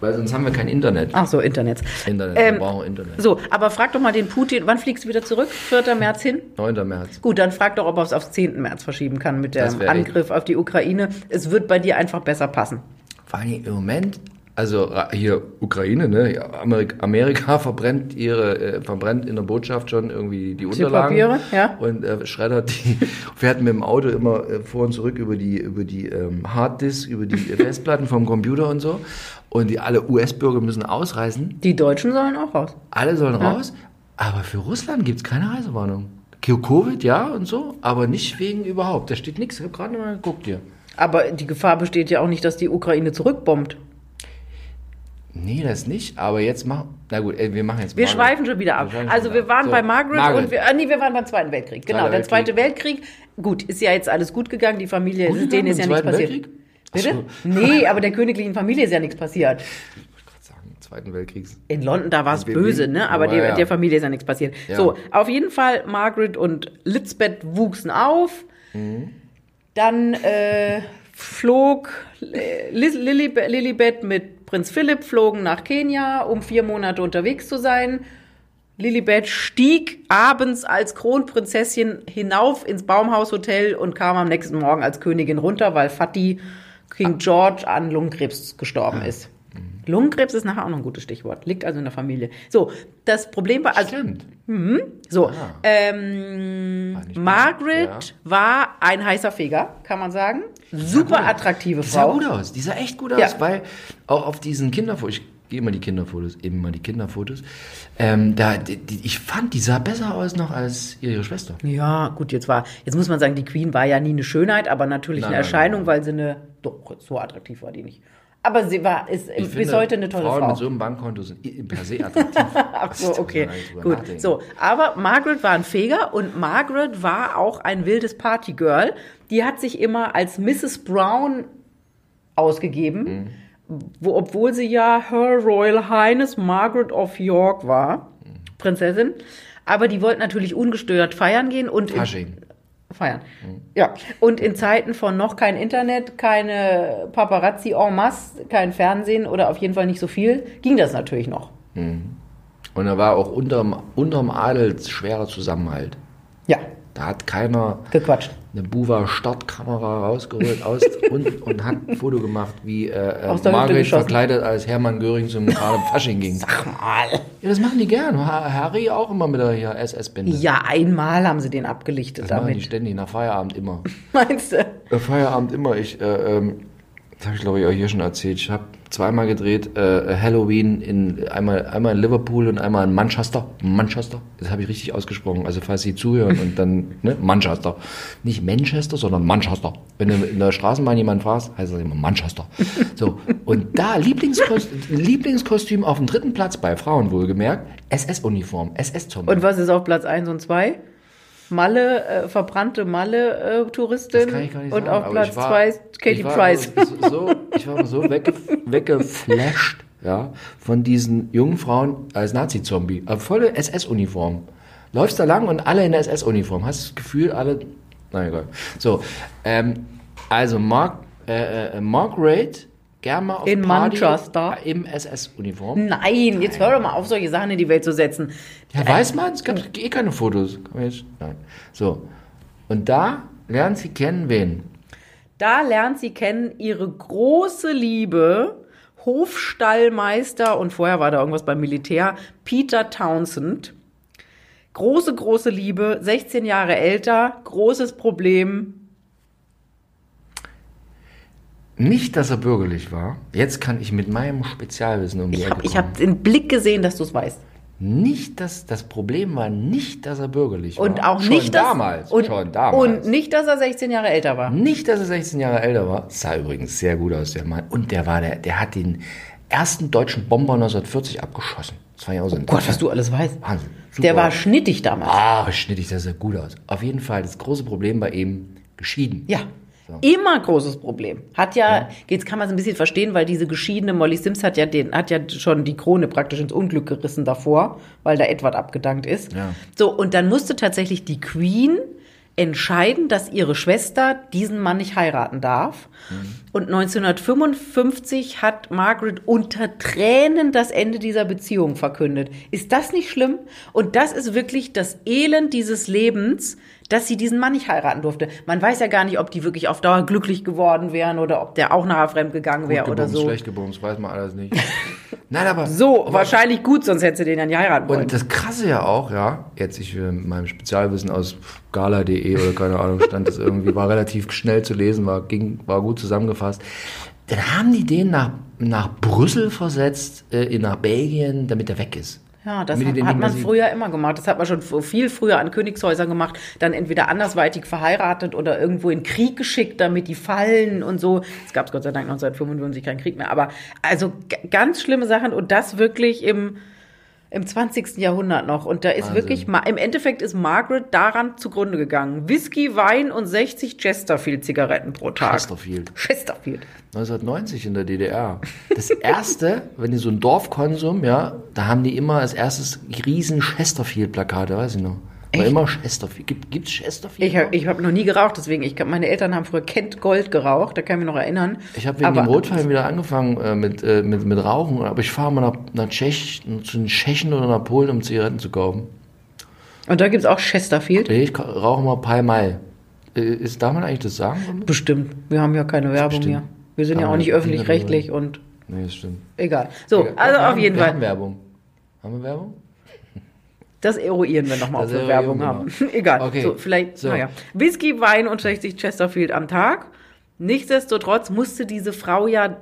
[SPEAKER 2] weil sonst haben wir kein Internet.
[SPEAKER 1] Ach so, Internet.
[SPEAKER 2] Internet,
[SPEAKER 1] Ähm,
[SPEAKER 2] wir brauchen Internet.
[SPEAKER 1] So, aber frag doch mal den Putin, wann fliegst du wieder zurück? 4. März hin?
[SPEAKER 2] 9. März.
[SPEAKER 1] Gut, dann frag doch, ob er es aufs 10. März verschieben kann mit
[SPEAKER 2] Das
[SPEAKER 1] dem
[SPEAKER 2] wär
[SPEAKER 1] Angriff auf die Ukraine. Es wird bei dir einfach besser passen.
[SPEAKER 2] Vor allem im Moment, also ra- hier Ukraine, ne? ja, Amerik Amerika verbrennt ihre, äh, verbrennt in der Botschaft schon irgendwie die Unterlagen
[SPEAKER 1] Papiere, ja.
[SPEAKER 2] und äh, schreddert die. Wir hatten mit dem Auto immer äh, vor und zurück über die über die ähm, Harddisk, über die Festplatten vom Computer und so. Und die alle US-Bürger müssen ausreisen.
[SPEAKER 1] Die Deutschen sollen auch raus.
[SPEAKER 2] Alle sollen raus, aber für Russland gibt es keine Reisewarnung. Covid, ja und so, aber nicht wegen überhaupt. Da steht nichts. Ich habe gerade mal geguckt hier.
[SPEAKER 1] Aber die Gefahr besteht ja auch nicht, dass die Ukraine zurückbombt.
[SPEAKER 2] Nee, das nicht, aber jetzt machen. Na gut, ey, wir machen jetzt
[SPEAKER 1] Wir
[SPEAKER 2] Marvel.
[SPEAKER 1] schweifen schon wieder ab.
[SPEAKER 2] Wir schweifen
[SPEAKER 1] Also
[SPEAKER 2] schon
[SPEAKER 1] wir
[SPEAKER 2] wieder ab.
[SPEAKER 1] waren
[SPEAKER 2] So,
[SPEAKER 1] bei Margaret,
[SPEAKER 2] Margaret.
[SPEAKER 1] und wir, ah, nee, wir waren beim Zweiten Weltkrieg. Genau,
[SPEAKER 2] Zweiter
[SPEAKER 1] der Zweite Weltkrieg. Gut, ist ja jetzt alles gut gegangen. Die Familie,
[SPEAKER 2] Gut
[SPEAKER 1] denen
[SPEAKER 2] gegangen
[SPEAKER 1] ist ja
[SPEAKER 2] im
[SPEAKER 1] nichts
[SPEAKER 2] Zweiten
[SPEAKER 1] passiert.
[SPEAKER 2] Weltkrieg?
[SPEAKER 1] Bitte?
[SPEAKER 2] Ach
[SPEAKER 1] Nee, aber der königlichen Familie ist ja nichts passiert.
[SPEAKER 2] Gott sagen, im Zweiten Weltkriegs.
[SPEAKER 1] In London, da war es
[SPEAKER 2] In
[SPEAKER 1] böse,
[SPEAKER 2] Berlin.
[SPEAKER 1] ne? Aber
[SPEAKER 2] Ja,
[SPEAKER 1] der,
[SPEAKER 2] ja.
[SPEAKER 1] der Familie ist ja nichts passiert.
[SPEAKER 2] Ja.
[SPEAKER 1] So, auf jeden Fall, Margaret und Litzbeth wuchsen auf.
[SPEAKER 2] Mhm.
[SPEAKER 1] Dann äh, flog äh, Liz- Lilib- Lilibet mit Prinz Philipp, flogen nach Kenia, um vier Monate unterwegs zu sein. Lilibet stieg abends als Kronprinzessin hinauf ins Baumhaushotel und kam am nächsten Morgen als Königin runter, weil Fatih King George an Lungenkrebs
[SPEAKER 2] Ah.
[SPEAKER 1] gestorben ist. Lungenkrebs ist nachher auch noch ein gutes Stichwort. Liegt also in der Familie. So, das Problem war, also,
[SPEAKER 2] Stimmt.
[SPEAKER 1] so,
[SPEAKER 2] Ah.
[SPEAKER 1] ähm,
[SPEAKER 2] War nicht
[SPEAKER 1] Margaret
[SPEAKER 2] schlecht,
[SPEAKER 1] war ein heißer Feger, kann man sagen. Super attraktive
[SPEAKER 2] Die sah
[SPEAKER 1] Frau.
[SPEAKER 2] gut aus. Die sah echt gut
[SPEAKER 1] Ja.
[SPEAKER 2] aus, weil auch auf diesen Kinderfotos, ich gehe immer die Kinderfotos, immer die Kinderfotos, ähm, da, die, die, ich fand, die sah besser aus noch als ihre Schwester.
[SPEAKER 1] Ja, gut, jetzt war, jetzt muss man sagen, die Queen war ja nie eine Schönheit, aber natürlich
[SPEAKER 2] Nein,
[SPEAKER 1] eine
[SPEAKER 2] nein,
[SPEAKER 1] Erscheinung, weil sie eine, doch, so attraktiv war die nicht. Aber sie war, ist
[SPEAKER 2] Ich
[SPEAKER 1] bis
[SPEAKER 2] finde,
[SPEAKER 1] heute eine tolle
[SPEAKER 2] Frauen
[SPEAKER 1] Frau.
[SPEAKER 2] mit so einem Bankkonto sind i- per se attraktiv.
[SPEAKER 1] Ach so,
[SPEAKER 2] Da muss man
[SPEAKER 1] okay,
[SPEAKER 2] gar nicht drüber
[SPEAKER 1] gut.
[SPEAKER 2] also nachdenken.
[SPEAKER 1] So, aber Margaret war ein Feger und Margaret war auch ein wildes Partygirl. Die hat sich immer als Mrs. Brown ausgegeben,
[SPEAKER 2] Mhm.
[SPEAKER 1] wo, obwohl sie ja Her Royal Highness Margaret of York war,
[SPEAKER 2] Mhm.
[SPEAKER 1] Prinzessin. Aber die wollte natürlich ungestört feiern gehen und in,
[SPEAKER 2] Fasching.
[SPEAKER 1] feiern.
[SPEAKER 2] Mhm.
[SPEAKER 1] Ja. Und in Zeiten von noch kein Internet, keine Paparazzi en masse, kein Fernsehen oder auf jeden Fall nicht so viel, ging das natürlich noch.
[SPEAKER 2] Und da war auch unterm, unterm Adel schwerer Zusammenhalt.
[SPEAKER 1] Ja,
[SPEAKER 2] Da hat keiner
[SPEAKER 1] gequatscht.
[SPEAKER 2] eine Buwa Startkamera rausgeholt aus und, und hat ein Foto gemacht, wie äh,
[SPEAKER 1] Aus
[SPEAKER 2] äh,
[SPEAKER 1] der Hüfte
[SPEAKER 2] Margaret
[SPEAKER 1] geschossen.
[SPEAKER 2] verkleidet als Hermann Göring zum Karl Fasching ging.
[SPEAKER 1] Ach mal.
[SPEAKER 2] Ja, das machen die gern. Ha- Harry auch immer mit der hier SS-Binde.
[SPEAKER 1] Ja, einmal haben sie den abgelichtet
[SPEAKER 2] das machen die
[SPEAKER 1] damit.
[SPEAKER 2] ständig nach Feierabend immer.
[SPEAKER 1] Meinst du?
[SPEAKER 2] Äh, Feierabend immer. Ich, äh, ähm, das habe ich glaube ich auch hier schon erzählt. Ich habe zweimal gedreht äh, Halloween in einmal einmal in Liverpool und einmal in Manchester. Manchester. Das habe ich richtig ausgesprochen. Also falls Sie zuhören und dann ne Manchester, nicht Manchester, sondern Manchester. Wenn du in der Straßenbahn jemanden fragst, heißt das immer Manchester. So und da Lieblingskost Lieblingskostüm auf dem dritten Platz bei Frauen wohlgemerkt SS-Uniform, SS-Zombie.
[SPEAKER 1] Und was ist auf Platz 1 und 2? Malle, äh, verbrannte Malle-Touristin.
[SPEAKER 2] Das kann ich gar nicht
[SPEAKER 1] und
[SPEAKER 2] sagen,
[SPEAKER 1] auf
[SPEAKER 2] aber
[SPEAKER 1] Platz
[SPEAKER 2] ich war-
[SPEAKER 1] 2
[SPEAKER 2] ich
[SPEAKER 1] Katie
[SPEAKER 2] war also
[SPEAKER 1] Price.
[SPEAKER 2] immer So, ich war immer so wegge weggeflasht ja, von diesen jungen Frauen als Nazi-Zombie. Äh, Volle SS-Uniform. Läufst da lang und alle in der SS-Uniform. Hast das Gefühl, alle. Na egal. So, ähm, also Mark, äh, äh, Mark Raid, gerne mal auf
[SPEAKER 1] In
[SPEAKER 2] Party,
[SPEAKER 1] Manchester.
[SPEAKER 2] äh, Im SS-Uniform.
[SPEAKER 1] Nein, jetzt hör doch mal auf, solche Sachen in die Welt zu setzen.
[SPEAKER 2] Ja, weiß man, es gab eh keine Fotos. Kann man jetzt- Nein. So. Und da lernt sie kennen, wen?
[SPEAKER 1] Da lernt sie kennen ihre große Liebe, Hofstallmeister und vorher war da irgendwas beim Militär, Peter Townsend. Große, große Liebe, 16 Jahre älter, großes Problem.
[SPEAKER 2] Nicht, dass er bürgerlich war. Jetzt kann ich mit meinem Spezialwissen um die
[SPEAKER 1] Ich
[SPEAKER 2] Ecke
[SPEAKER 1] habe ich
[SPEAKER 2] kommen.
[SPEAKER 1] hab den Blick gesehen, dass du es weißt.
[SPEAKER 2] Nicht, dass das Problem war nicht, dass er bürgerlich war.
[SPEAKER 1] Und auch
[SPEAKER 2] schon
[SPEAKER 1] nicht, dass,
[SPEAKER 2] damals,
[SPEAKER 1] und,
[SPEAKER 2] schon damals.
[SPEAKER 1] Und nicht, dass er 16 Jahre älter war.
[SPEAKER 2] Nicht, dass er 16 Jahre älter war. Sah übrigens sehr gut aus, der Mann. Und der war der, der hat den ersten deutschen Bomber 1940 abgeschossen. 2000.
[SPEAKER 1] Gott, was du alles weißt.
[SPEAKER 2] Wahnsinn. Super.
[SPEAKER 1] Der war schnittig damals.
[SPEAKER 2] Ah, schnittig, das sah gut aus. Auf jeden Fall, das große Problem bei ihm, geschieden.
[SPEAKER 1] Ja. Immer großes Problem. Hat ja, jetzt kann man es ein bisschen verstehen, weil diese geschiedene Molly Sims hat ja den, hat ja schon die Krone praktisch ins Unglück gerissen davor, weil da Edward abgedankt ist.
[SPEAKER 2] Ja.
[SPEAKER 1] So, und dann musste tatsächlich die Queen entscheiden, dass ihre Schwester diesen Mann nicht heiraten darf.
[SPEAKER 2] Mhm.
[SPEAKER 1] Und 1955 hat Margaret unter Tränen das Ende dieser Beziehung verkündet. Ist das nicht schlimm? Und das ist wirklich das Elend dieses Lebens, dass sie diesen Mann nicht heiraten durfte. Man weiß ja gar nicht, ob die wirklich auf Dauer glücklich geworden wären oder ob der auch nachher fremd gegangen wäre
[SPEAKER 2] Gut
[SPEAKER 1] oder
[SPEAKER 2] gebumst,
[SPEAKER 1] so.
[SPEAKER 2] schlecht gebumst, weiß man alles nicht. Nein, aber
[SPEAKER 1] So, wahrscheinlich gut, sonst hätte sie den ja nicht heiraten wollen.
[SPEAKER 2] Und das Krasse ja auch, ja, jetzt ich äh, mit meinem Spezialwissen aus gala.de oder keine Ahnung, stand das irgendwie, war relativ schnell zu lesen, war, ging, war gut zusammengefasst. Dann haben die den nach, nach Brüssel versetzt, äh, in- nach Belgien, damit er weg ist.
[SPEAKER 1] Ja, das
[SPEAKER 2] Damit die
[SPEAKER 1] hat,
[SPEAKER 2] den
[SPEAKER 1] hat
[SPEAKER 2] nicht
[SPEAKER 1] man
[SPEAKER 2] mehr sieht.
[SPEAKER 1] früher immer gemacht. Das hat man schon f- viel früher an Königshäusern gemacht. Dann entweder andersweitig verheiratet oder irgendwo in Krieg geschickt, damit die fallen und so. Es gab Gott sei Dank 1955 keinen Krieg mehr. Aber also g- ganz schlimme Sachen und das wirklich im, im 20. Jahrhundert noch. Und da ist wirklich, Ma- im Endeffekt ist Margaret daran zugrunde gegangen. Whisky, Wein und 60 Chesterfield-Zigaretten pro Tag.
[SPEAKER 2] Chesterfield.
[SPEAKER 1] Chesterfield.
[SPEAKER 2] 1990 in der DDR. Das erste, wenn die so ein Dorfkonsum, ja, da haben die immer als erstes riesen Chesterfield-Plakate, weiß ich noch. War immer Chesterfield. Gibt, gibt's Chesterfield?
[SPEAKER 1] Ich habe ich hab noch nie geraucht, deswegen, ich, kann- meine Eltern haben früher Kent Gold geraucht, da kann ich mich noch erinnern.
[SPEAKER 2] Ich habe wegen
[SPEAKER 1] Aber-
[SPEAKER 2] dem Rotwein wieder angefangen äh, mit, äh, mit, mit Rauchen, aber ich fahre mal nach, nach Tschech, zu den Tschechen oder nach Polen, um Zigaretten zu kaufen.
[SPEAKER 1] Und da gibt es auch Chesterfield?
[SPEAKER 2] Nee, ich ka- rauche mal Pall Mall. Äh, Ist da man eigentlich das sagen?
[SPEAKER 1] Bestimmt. Wir haben ja keine Werbung
[SPEAKER 2] Bestimmt.
[SPEAKER 1] mehr. Wir sind ja
[SPEAKER 2] Aber
[SPEAKER 1] auch nicht
[SPEAKER 2] wir-
[SPEAKER 1] öffentlich-rechtlich und
[SPEAKER 2] Nee, das stimmt.
[SPEAKER 1] egal. So, also
[SPEAKER 2] wir
[SPEAKER 1] auf
[SPEAKER 2] haben,
[SPEAKER 1] jeden
[SPEAKER 2] wir Haben
[SPEAKER 1] Fall.
[SPEAKER 2] Werbung. Haben wir Werbung?
[SPEAKER 1] Das eruieren wir nochmal, ob
[SPEAKER 2] Das
[SPEAKER 1] wir
[SPEAKER 2] eruieren
[SPEAKER 1] Werbung
[SPEAKER 2] wir
[SPEAKER 1] haben.
[SPEAKER 2] noch.
[SPEAKER 1] egal.
[SPEAKER 2] Okay.
[SPEAKER 1] So, vielleicht,
[SPEAKER 2] So.
[SPEAKER 1] naja. Whisky, Wein und 60 Chesterfield am Tag. Nichtsdestotrotz musste diese Frau ja,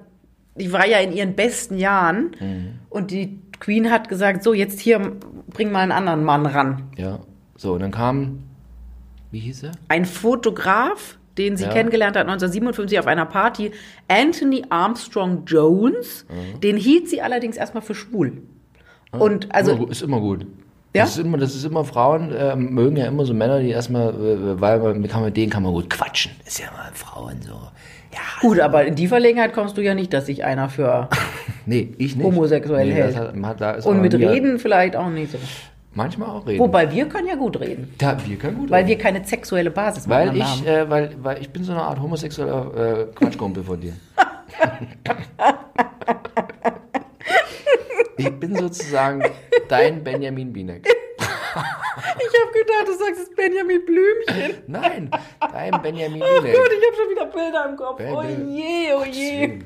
[SPEAKER 1] die war ja in ihren besten Jahren
[SPEAKER 2] Mhm.
[SPEAKER 1] und die Queen hat gesagt, so jetzt hier, bring mal einen anderen Mann ran.
[SPEAKER 2] Ja. So, und dann kam, wie hieß er?
[SPEAKER 1] Ein Fotograf, den sie
[SPEAKER 2] Ja.
[SPEAKER 1] kennengelernt hat 1957 auf einer Party, Anthony Armstrong Jones,
[SPEAKER 2] Mhm.
[SPEAKER 1] den hielt sie allerdings erstmal für schwul.
[SPEAKER 2] Ah.
[SPEAKER 1] Und
[SPEAKER 2] immer,
[SPEAKER 1] also,
[SPEAKER 2] gu- ist immer gut.
[SPEAKER 1] Ja?
[SPEAKER 2] Das ist immer, das ist immer Frauen äh, mögen ja immer so Männer, die erstmal, äh, weil man, kann man den kann man gut quatschen. Ist ja mal Frauen so. Ja,
[SPEAKER 1] gut, aber in die Verlegenheit kommst du ja nicht, dass sich einer für.
[SPEAKER 2] nee, ich nicht.
[SPEAKER 1] Homosexuell hält.
[SPEAKER 2] das hat- man hat- da ist
[SPEAKER 1] Und
[SPEAKER 2] aber
[SPEAKER 1] mit
[SPEAKER 2] nie-
[SPEAKER 1] Reden vielleicht auch nicht so.
[SPEAKER 2] Manchmal auch reden.
[SPEAKER 1] Wobei wir können ja gut reden,
[SPEAKER 2] Da, wir können gut
[SPEAKER 1] weil
[SPEAKER 2] reden.
[SPEAKER 1] wir keine sexuelle Basis
[SPEAKER 2] Weil
[SPEAKER 1] miteinander
[SPEAKER 2] ich, äh, weil, weil ich bin so eine Art homosexueller äh, Quatschkumpel von dir. ich bin sozusagen dein Benjamin Binek.
[SPEAKER 1] haben. Ich habe gedacht, du sagst es ist Benjamin Blümchen.
[SPEAKER 2] Nein, dein Benjamin
[SPEAKER 1] Oh
[SPEAKER 2] Binek.
[SPEAKER 1] Gott, ich habe schon wieder Bilder im Kopf.
[SPEAKER 2] Ben-
[SPEAKER 1] Oh je, oh je.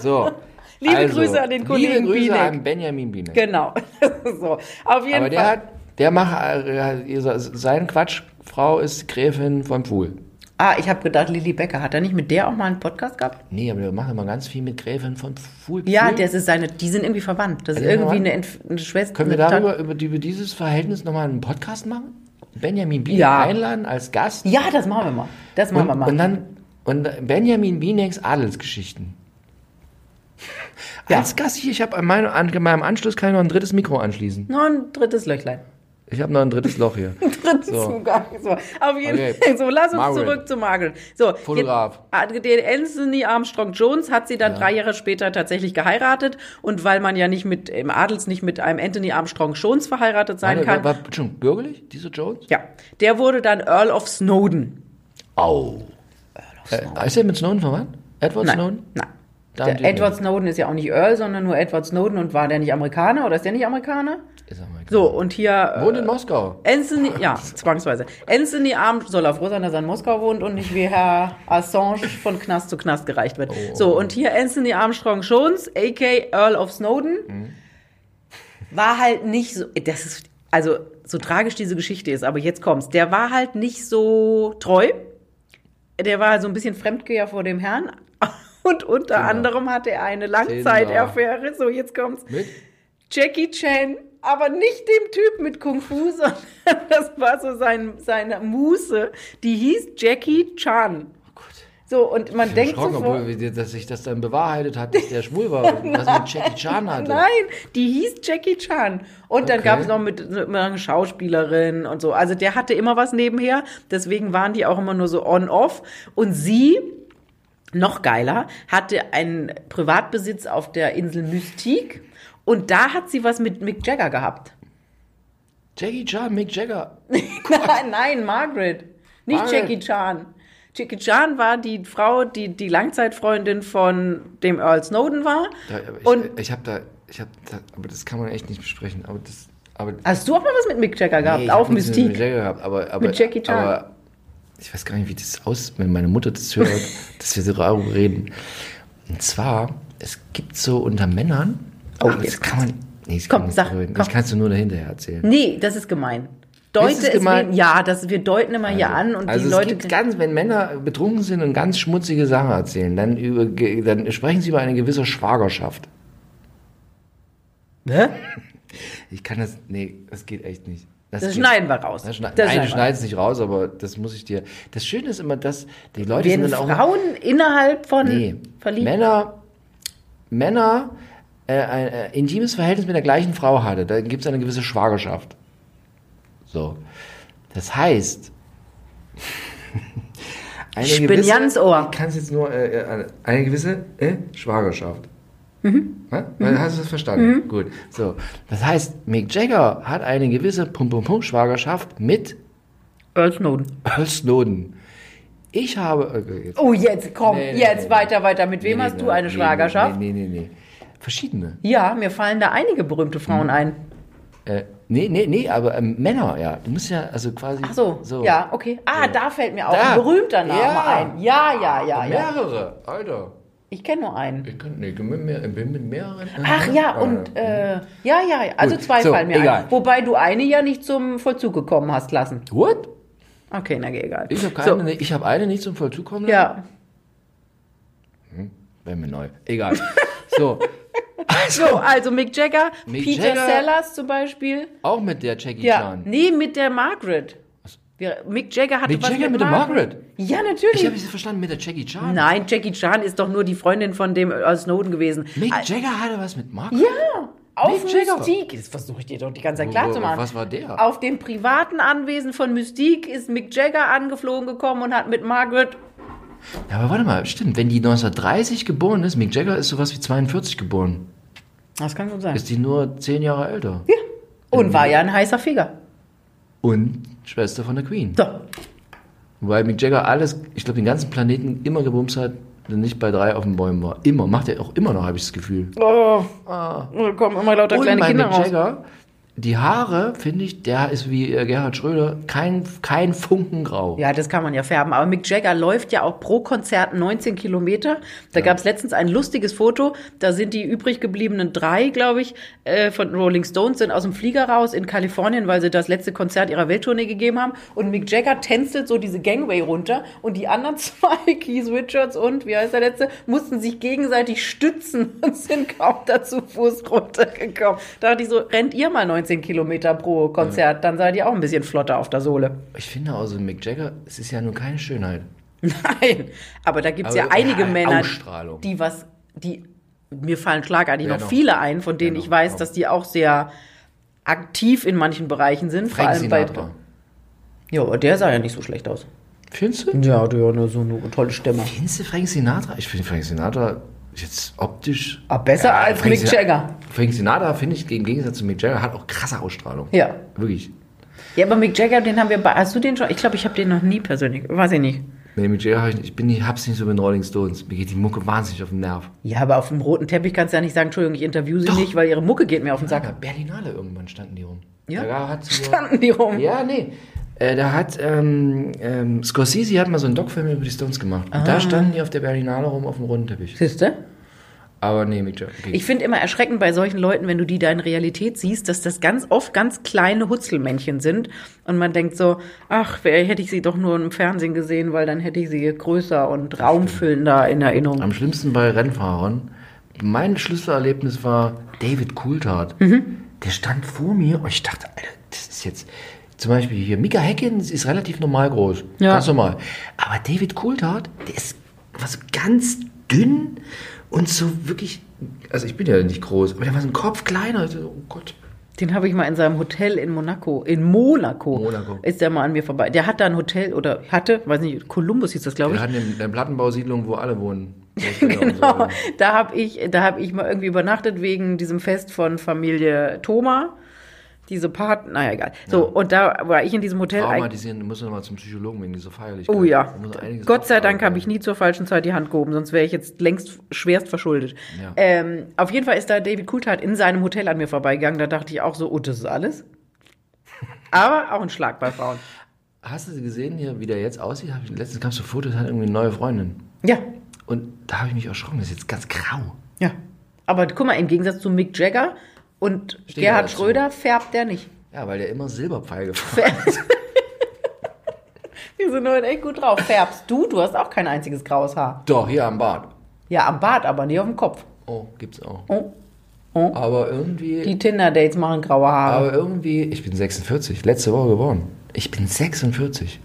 [SPEAKER 2] So. also,
[SPEAKER 1] Liebe Grüße an den Kollegen
[SPEAKER 2] Liebe Grüße
[SPEAKER 1] Binek.
[SPEAKER 2] an Benjamin Binek.
[SPEAKER 1] Genau. so. Auf jeden
[SPEAKER 2] Aber der
[SPEAKER 1] Fall.
[SPEAKER 2] hat, der macht, äh, sein Quatschfrau ist Gräfin von Pfuhl.
[SPEAKER 1] Ah, ich habe gedacht, Lilly Becker, hat er nicht mit der auch mal einen Podcast gehabt?
[SPEAKER 2] Nee, aber der macht immer ganz viel mit Gräfin von Pfuhl.
[SPEAKER 1] Ja,
[SPEAKER 2] Pfuhl.
[SPEAKER 1] das ist seine, die sind irgendwie verwandt. Das ist
[SPEAKER 2] die sind
[SPEAKER 1] irgendwie
[SPEAKER 2] verwandt?
[SPEAKER 1] eine, Entf- eine Schwester.
[SPEAKER 2] Können wir
[SPEAKER 1] eine
[SPEAKER 2] darüber, über, die- über dieses Verhältnis nochmal einen Podcast machen? Benjamin Binek
[SPEAKER 1] Ja.
[SPEAKER 2] einladen als Gast?
[SPEAKER 1] Tan- Ja, das machen wir mal. Das machen wir
[SPEAKER 2] und,
[SPEAKER 1] mal.
[SPEAKER 2] und dann und Benjamin Bineks Adelsgeschichten.
[SPEAKER 1] Ja.
[SPEAKER 2] Als Gast hier, ich habe an meinem, an meinem Anschluss kann ich noch ein drittes Mikro anschließen.
[SPEAKER 1] noch ein drittes Löchlein.
[SPEAKER 2] Ich habe noch ein drittes Loch hier.
[SPEAKER 1] Drittes
[SPEAKER 2] So.
[SPEAKER 1] Zugang. So, auf jeden
[SPEAKER 2] Okay.
[SPEAKER 1] Fall. So, lass uns
[SPEAKER 2] Margaret.
[SPEAKER 1] zurück zu Margaret. So,
[SPEAKER 2] Fotograf.
[SPEAKER 1] Jetzt, den Anthony Armstrong Jones hat sie dann drei Jahre später tatsächlich geheiratet. Und weil man ja nicht mit, im Adels nicht mit einem Anthony Armstrong Jones verheiratet sein
[SPEAKER 2] Warte,
[SPEAKER 1] kann.
[SPEAKER 2] war, war, Entschuldigung, bürgerlich? Dieser Jones?
[SPEAKER 1] Ja, der wurde dann Earl of Snowden.
[SPEAKER 2] Au. Äh, ist er mit Snowden verwandt? Edward
[SPEAKER 1] Nein,
[SPEAKER 2] Snowden?
[SPEAKER 1] nein.
[SPEAKER 2] Dann
[SPEAKER 1] Der Edward Snowden ist ja auch nicht Earl, sondern nur Edward Snowden und war der nicht Amerikaner oder ist der nicht Amerikaner?
[SPEAKER 2] Ist Amerikaner.
[SPEAKER 1] So, und hier. äh,
[SPEAKER 2] Wohnt in Moskau.
[SPEAKER 1] Anthony, ja, zwangsweise. Anthony Arm soll auf Rosa, dass er in Moskau wohnt und nicht wie Herr Assange von Knast zu Knast gereicht wird. So, und hier Anthony Armstrong Jones, a.k. Earl of Snowden, war halt nicht so, das ist, also so tragisch diese Geschichte ist, aber jetzt kommt's, der war halt nicht so treu, der war so ein bisschen Fremdgeher vor dem Herrn und unter anderem hatte er eine Langzeitaffäre, so jetzt kommt's,
[SPEAKER 2] Mit?
[SPEAKER 1] Jackie Chan, aber nicht dem Typ mit Kung Fu, sondern das war so sein, seine Muße. Die hieß Jackie Chan.
[SPEAKER 2] Oh Gott.
[SPEAKER 1] So, und man
[SPEAKER 2] Ich bin
[SPEAKER 1] denkt
[SPEAKER 2] erschrocken,
[SPEAKER 1] sofort.
[SPEAKER 2] obwohl, dass sich das dann bewahrheitet hat, dass der schwul war und was mit Jackie Chan hatte.
[SPEAKER 1] Nein, die hieß Jackie Chan. Und dann
[SPEAKER 2] Okay.
[SPEAKER 1] gab es noch mit, mit einer Schauspielerin und so. Also der hatte immer was nebenher. Deswegen waren die auch immer nur so on-off. Und sie, noch geiler, hatte einen Privatbesitz auf der Insel Mystique. Und da hat sie was mit Mick Jagger gehabt.
[SPEAKER 2] Jackie Chan, Mick Jagger.
[SPEAKER 1] Nein, nein, Margaret. Nicht
[SPEAKER 2] Margaret.
[SPEAKER 1] Jackie Chan. Jackie Chan war die Frau, die die Langzeitfreundin von dem Earl Snowden war.
[SPEAKER 2] Da, aber ich äh,
[SPEAKER 1] und
[SPEAKER 2] ich habe da, ich habe da, aber das kann man echt nicht besprechen. Aber das, aber
[SPEAKER 1] hast du auch mal was mit Mick Jagger gehabt?
[SPEAKER 2] Nee, ich hab
[SPEAKER 1] auf
[SPEAKER 2] nichts mit Mick
[SPEAKER 1] Mystique.
[SPEAKER 2] Jagger gehabt, aber, aber,
[SPEAKER 1] Mit Jackie Chan.
[SPEAKER 2] Aber ich weiß gar nicht, wie das aus, wenn meine Mutter das hört, dass wir so darüber reden. Und zwar, es gibt so unter Männern,
[SPEAKER 1] Oh,
[SPEAKER 2] aber das
[SPEAKER 1] jetzt
[SPEAKER 2] kann man, nee,
[SPEAKER 1] Komm,
[SPEAKER 2] das kann man nicht
[SPEAKER 1] sag,
[SPEAKER 2] darüber reden.
[SPEAKER 1] komm.
[SPEAKER 2] Das kannst du nur dahinterher erzählen.
[SPEAKER 1] Nee, das ist gemein. Deute
[SPEAKER 2] Ist
[SPEAKER 1] ist
[SPEAKER 2] es
[SPEAKER 1] es
[SPEAKER 2] gemein?
[SPEAKER 1] wen- ja, das, wir deuten immer hier an und
[SPEAKER 2] also
[SPEAKER 1] die
[SPEAKER 2] es
[SPEAKER 1] Leute.
[SPEAKER 2] gibt ganz, wenn Männer betrunken sind und ganz schmutzige Sachen erzählen, dann, über, ge- dann sprechen sie über eine gewisse Schwagerschaft.
[SPEAKER 1] Hä?
[SPEAKER 2] Ich kann das, nee, das geht echt nicht.
[SPEAKER 1] Das
[SPEAKER 2] geht-
[SPEAKER 1] schneiden wir raus.
[SPEAKER 2] Das schneid,
[SPEAKER 1] Das
[SPEAKER 2] nein, du
[SPEAKER 1] schneiden wir.
[SPEAKER 2] schneidest nicht raus, aber das muss ich dir. Das Schöne ist immer, dass die Leute
[SPEAKER 1] Werden
[SPEAKER 2] sind dann auch
[SPEAKER 1] Frauen innerhalb von
[SPEAKER 2] Nee.
[SPEAKER 1] verliebt?
[SPEAKER 2] Männer, Männer äh, ein äh, intimes Verhältnis mit der gleichen Frau hatte, dann gibt es eine gewisse Schwagerschaft. So. Das heißt. eine
[SPEAKER 1] Ich bin Jans Ohr.
[SPEAKER 2] Ich kann es jetzt nur. Äh, äh, eine gewisse äh, Schwagerschaft.
[SPEAKER 1] Mhm.
[SPEAKER 2] Hä? Weil, Hast du das verstanden? Gut. So. Das heißt, Mick Jagger hat eine gewisse Pum-Pum-Pum-Schwagerschaft mit
[SPEAKER 1] Earl Snowden.
[SPEAKER 2] Earl Snowden. Ich habe. Okay, jetzt.
[SPEAKER 1] Oh, jetzt komm,
[SPEAKER 2] Nee, nee,
[SPEAKER 1] jetzt
[SPEAKER 2] nee.
[SPEAKER 1] weiter, weiter. Mit wem
[SPEAKER 2] Nee,
[SPEAKER 1] hast
[SPEAKER 2] nee,
[SPEAKER 1] du eine
[SPEAKER 2] nee,
[SPEAKER 1] Schwagerschaft?
[SPEAKER 2] Nee, nee, nee, nee. Verschiedene.
[SPEAKER 1] Ja, mir fallen da einige berühmte
[SPEAKER 2] Hm.
[SPEAKER 1] Frauen ein.
[SPEAKER 2] Äh, nee, nee, nee, aber ähm, Männer, ja. Du musst ja, also quasi.
[SPEAKER 1] Ach so, ja, okay. Ah, da fällt mir auch
[SPEAKER 2] Da.
[SPEAKER 1] ein berühmter Name
[SPEAKER 2] Ja.
[SPEAKER 1] ein. Ja, ja, ja, ja.
[SPEAKER 2] Mehrere, Alter.
[SPEAKER 1] Ich kenne nur einen.
[SPEAKER 2] Ich kann, nee, ich bin mit, mehr, ich bin mit mehreren.
[SPEAKER 1] Ach ja, und äh, ja, ja, ja. also
[SPEAKER 2] mhm. Gut,
[SPEAKER 1] zwei
[SPEAKER 2] so,
[SPEAKER 1] fallen mir
[SPEAKER 2] egal.
[SPEAKER 1] ein. Wobei du eine ja nicht zum Vollzug gekommen hast lassen.
[SPEAKER 2] What?
[SPEAKER 1] Okay, na egal.
[SPEAKER 2] Ich habe
[SPEAKER 1] So,
[SPEAKER 2] keine, nee, ich hab eine nicht zum Vollzug kommen lassen.
[SPEAKER 1] ja.
[SPEAKER 2] Wäre mir neu. Egal. so,
[SPEAKER 1] So, also Mick Jagger,
[SPEAKER 2] Mick
[SPEAKER 1] Peter
[SPEAKER 2] Jagger.
[SPEAKER 1] Sellers zum Beispiel.
[SPEAKER 2] auch mit der Jackie
[SPEAKER 1] Ja.
[SPEAKER 2] Chan.
[SPEAKER 1] Nee, mit der Margaret. Wir- Mick Jagger hatte
[SPEAKER 2] Mick
[SPEAKER 1] was
[SPEAKER 2] Jagger
[SPEAKER 1] mit,
[SPEAKER 2] mit der
[SPEAKER 1] Ja,
[SPEAKER 2] Ich habe
[SPEAKER 1] natürlich.
[SPEAKER 2] es verstanden, mit der Jackie Chan.
[SPEAKER 1] Nein, Jackie Chan ist doch nur die Freundin von dem Earl Snowden gewesen.
[SPEAKER 2] Mick
[SPEAKER 1] Ah,
[SPEAKER 2] Jagger hatte was mit Mark.
[SPEAKER 1] Ja, auf
[SPEAKER 2] Mick Jagger.
[SPEAKER 1] Mystique. Das versuche ich dir doch die ganze
[SPEAKER 2] Wo-
[SPEAKER 1] Zeit klar
[SPEAKER 2] wo-
[SPEAKER 1] zu machen.
[SPEAKER 2] was war der?
[SPEAKER 1] Auf dem privaten Anwesen von Mystique ist Mick Jagger angeflogen gekommen und hat mit Margaret.
[SPEAKER 2] Ja, aber warte mal, stimmt, wenn die 1930 geboren ist, Mick Jagger ist sowas wie 42 geboren.
[SPEAKER 1] Das kann schon sein.
[SPEAKER 2] Ist die nur 10 Jahre älter.
[SPEAKER 1] ja. Und war ja ein heißer Feger.
[SPEAKER 2] Und Schwester von der Queen.
[SPEAKER 1] So.
[SPEAKER 2] Weil Mick Jagger alles, ich glaube, den ganzen Planeten immer gebumst hat, der nicht bei drei auf den Bäumen war. Immer, macht er auch immer noch, habe ich das Gefühl.
[SPEAKER 1] Oh, da kommen immer lauter
[SPEAKER 2] Und
[SPEAKER 1] kleine
[SPEAKER 2] bei
[SPEAKER 1] Kinder
[SPEAKER 2] Mick
[SPEAKER 1] raus.
[SPEAKER 2] Jagger, die Haare, finde ich, der ist wie äh, Gerhard Schröder, kein, kein Funkengrau.
[SPEAKER 1] Ja, das kann man ja färben. Aber Mick Jagger läuft ja auch pro Konzert 19 Kilometer. Da gab's letztens ein lustiges Foto. Da sind die übrig gebliebenen drei, glaube ich, äh, von Rolling Stones, sind aus dem Flieger raus in Kalifornien, weil sie das letzte Konzert ihrer Welttournee gegeben haben. Und Mick Jagger tänzelt so diese Gangway runter. Und die anderen zwei, Keith Richards und, wie heißt der letzte, mussten sich gegenseitig stützen und sind kaum dazu Fuß runtergekommen. Da dachte ich so, rennt ihr mal 19 Kilometer pro Konzert, dann seid ihr auch ein bisschen flotter auf der Sohle.
[SPEAKER 2] Ich finde also, Mick Jagger, es ist ja nun keine Schönheit.
[SPEAKER 1] Nein, aber da gibt es
[SPEAKER 2] Aber
[SPEAKER 1] ja
[SPEAKER 2] er
[SPEAKER 1] einige
[SPEAKER 2] hat
[SPEAKER 1] Männer,
[SPEAKER 2] Ausstrahlung.
[SPEAKER 1] die was, die mir fallen schlagartig
[SPEAKER 2] Wer
[SPEAKER 1] noch
[SPEAKER 2] noch?
[SPEAKER 1] viele ein, von denen
[SPEAKER 2] noch?
[SPEAKER 1] ich weiß,
[SPEAKER 2] Komm.
[SPEAKER 1] dass die auch sehr aktiv in manchen Bereichen sind, vor
[SPEAKER 2] Frank
[SPEAKER 1] allem bei.
[SPEAKER 2] Sinatra.
[SPEAKER 1] Ja, aber der sah ja nicht so schlecht aus.
[SPEAKER 2] Findest du?
[SPEAKER 1] Ja, der hat so eine tolle Stimme.
[SPEAKER 2] Kennst du Frank Sinatra? Ich finde Frank Sinatra jetzt optisch.
[SPEAKER 1] Aber Ah, besser als
[SPEAKER 2] Frank
[SPEAKER 1] Mick
[SPEAKER 2] Sina-
[SPEAKER 1] Jagger.
[SPEAKER 2] Frank Sinatra finde ich im Gegensatz zu Mick Jagger hat auch krasse Ausstrahlung.
[SPEAKER 1] Ja.
[SPEAKER 2] Wirklich.
[SPEAKER 1] Ja, aber Mick Jagger, den haben wir bei. Hast du den schon? Ich glaube, ich habe den noch nie persönlich. Weiß ich nicht.
[SPEAKER 2] Nee, mit Jagger habe ich nicht. Ich bin nicht, hab's nicht so mit den Rolling Stones. Mir geht die Mucke wahnsinnig auf den Nerv.
[SPEAKER 1] Ja, aber auf dem roten Teppich kannst du ja nicht sagen, Entschuldigung, ich interview sie nicht, weil ihre Mucke geht mir auf den
[SPEAKER 2] Ja,
[SPEAKER 1] Sack.
[SPEAKER 2] Berlinale irgendwann standen die rum.
[SPEAKER 1] Ja.
[SPEAKER 2] Da hat sie
[SPEAKER 1] Standen die rum.
[SPEAKER 2] Ja, nee. Äh, da hat ähm, ähm, Scorsese hat mal so einen Doc-Film über die Stones gemacht. Und
[SPEAKER 1] Ah.
[SPEAKER 2] da standen die auf der Berlinale rum auf dem roten Teppich.
[SPEAKER 1] Siehste?
[SPEAKER 2] Aber nee, Mick Jagger. Okay.
[SPEAKER 1] Ich finde immer erschreckend bei solchen Leuten, wenn du die da in Realität siehst, dass das ganz oft ganz kleine Hutzelmännchen sind und man denkt so, ach, wer hätte ich sie doch nur im Fernsehen gesehen, weil dann hätte ich sie größer und raumfüllender in Erinnerung.
[SPEAKER 2] Am schlimmsten bei Rennfahrern. Mein Schlüsselerlebnis war David Coulthard.
[SPEAKER 1] Mhm.
[SPEAKER 2] Der stand vor mir und ich dachte, Alter, das ist jetzt. Zum Beispiel hier, Mika Häkkins ist relativ normal groß.
[SPEAKER 1] Ja.
[SPEAKER 2] Ganz normal. Aber David Coulthard, der ist was ganz dünn und so wirklich. Also ich bin ja nicht groß, aber der war so ein Kopf kleiner. Ich dachte, Oh Gott.
[SPEAKER 1] Den habe ich mal in seinem Hotel in Monaco, in Monaco,
[SPEAKER 2] Monaco.
[SPEAKER 1] ist der mal an mir vorbei. Der hat da ein Hotel oder hatte, weiß nicht, Columbus hieß das, glaube ich.
[SPEAKER 2] Wir hatten in der Plattenbausiedlung, wo alle wohnen.
[SPEAKER 1] genau. Da habe ich, da habe ich mal irgendwie übernachtet wegen diesem Fest von Familie Thoma. Diese Part, naja, egal. So, und da war ich in diesem Hotel. eigentlich-
[SPEAKER 2] Traumatisieren, du musst nochmal zum Psychologen wegen dieser Feierlichkeit.
[SPEAKER 1] Genau. Oh ja.
[SPEAKER 2] Äh, Da muss einiges
[SPEAKER 1] Gott sei Dank
[SPEAKER 2] abgearbeitet
[SPEAKER 1] habe ich nie zur falschen Zeit die Hand gehoben, sonst wäre ich jetzt längst schwerst verschuldet.
[SPEAKER 2] Ja.
[SPEAKER 1] Ähm, auf jeden Fall ist da David Coulthard in seinem Hotel an mir vorbeigegangen. Da dachte ich auch so, oh, das ist alles. Aber auch ein Schlag bei Frauen.
[SPEAKER 2] Hast du sie gesehen hier, wie der jetzt aussieht? Hab ich, letztens kam so ein Foto, der hat irgendwie eine neue Freundin.
[SPEAKER 1] Ja,
[SPEAKER 2] Und da habe ich mich erschrocken, das ist jetzt ganz grau.
[SPEAKER 1] ja. Aber guck mal, im Gegensatz zu Mick Jagger und
[SPEAKER 2] Steht
[SPEAKER 1] Gerhard
[SPEAKER 2] dazu.
[SPEAKER 1] Schröder färbt der nicht.
[SPEAKER 2] Ja, weil der immer Silberpfeil gefahren hat.
[SPEAKER 1] Die sind heute echt gut drauf. Färbst du? Du hast auch kein einziges graues Haar.
[SPEAKER 2] Doch, hier am Bart.
[SPEAKER 1] Ja, am Bart, aber nicht auf dem Kopf.
[SPEAKER 2] Oh, gibt's auch.
[SPEAKER 1] Oh,
[SPEAKER 2] Aber irgendwie,
[SPEAKER 1] die Tinder-Dates machen graue Haare.
[SPEAKER 2] aber irgendwie, ich bin 46, letzte Woche geboren. Ich bin 46.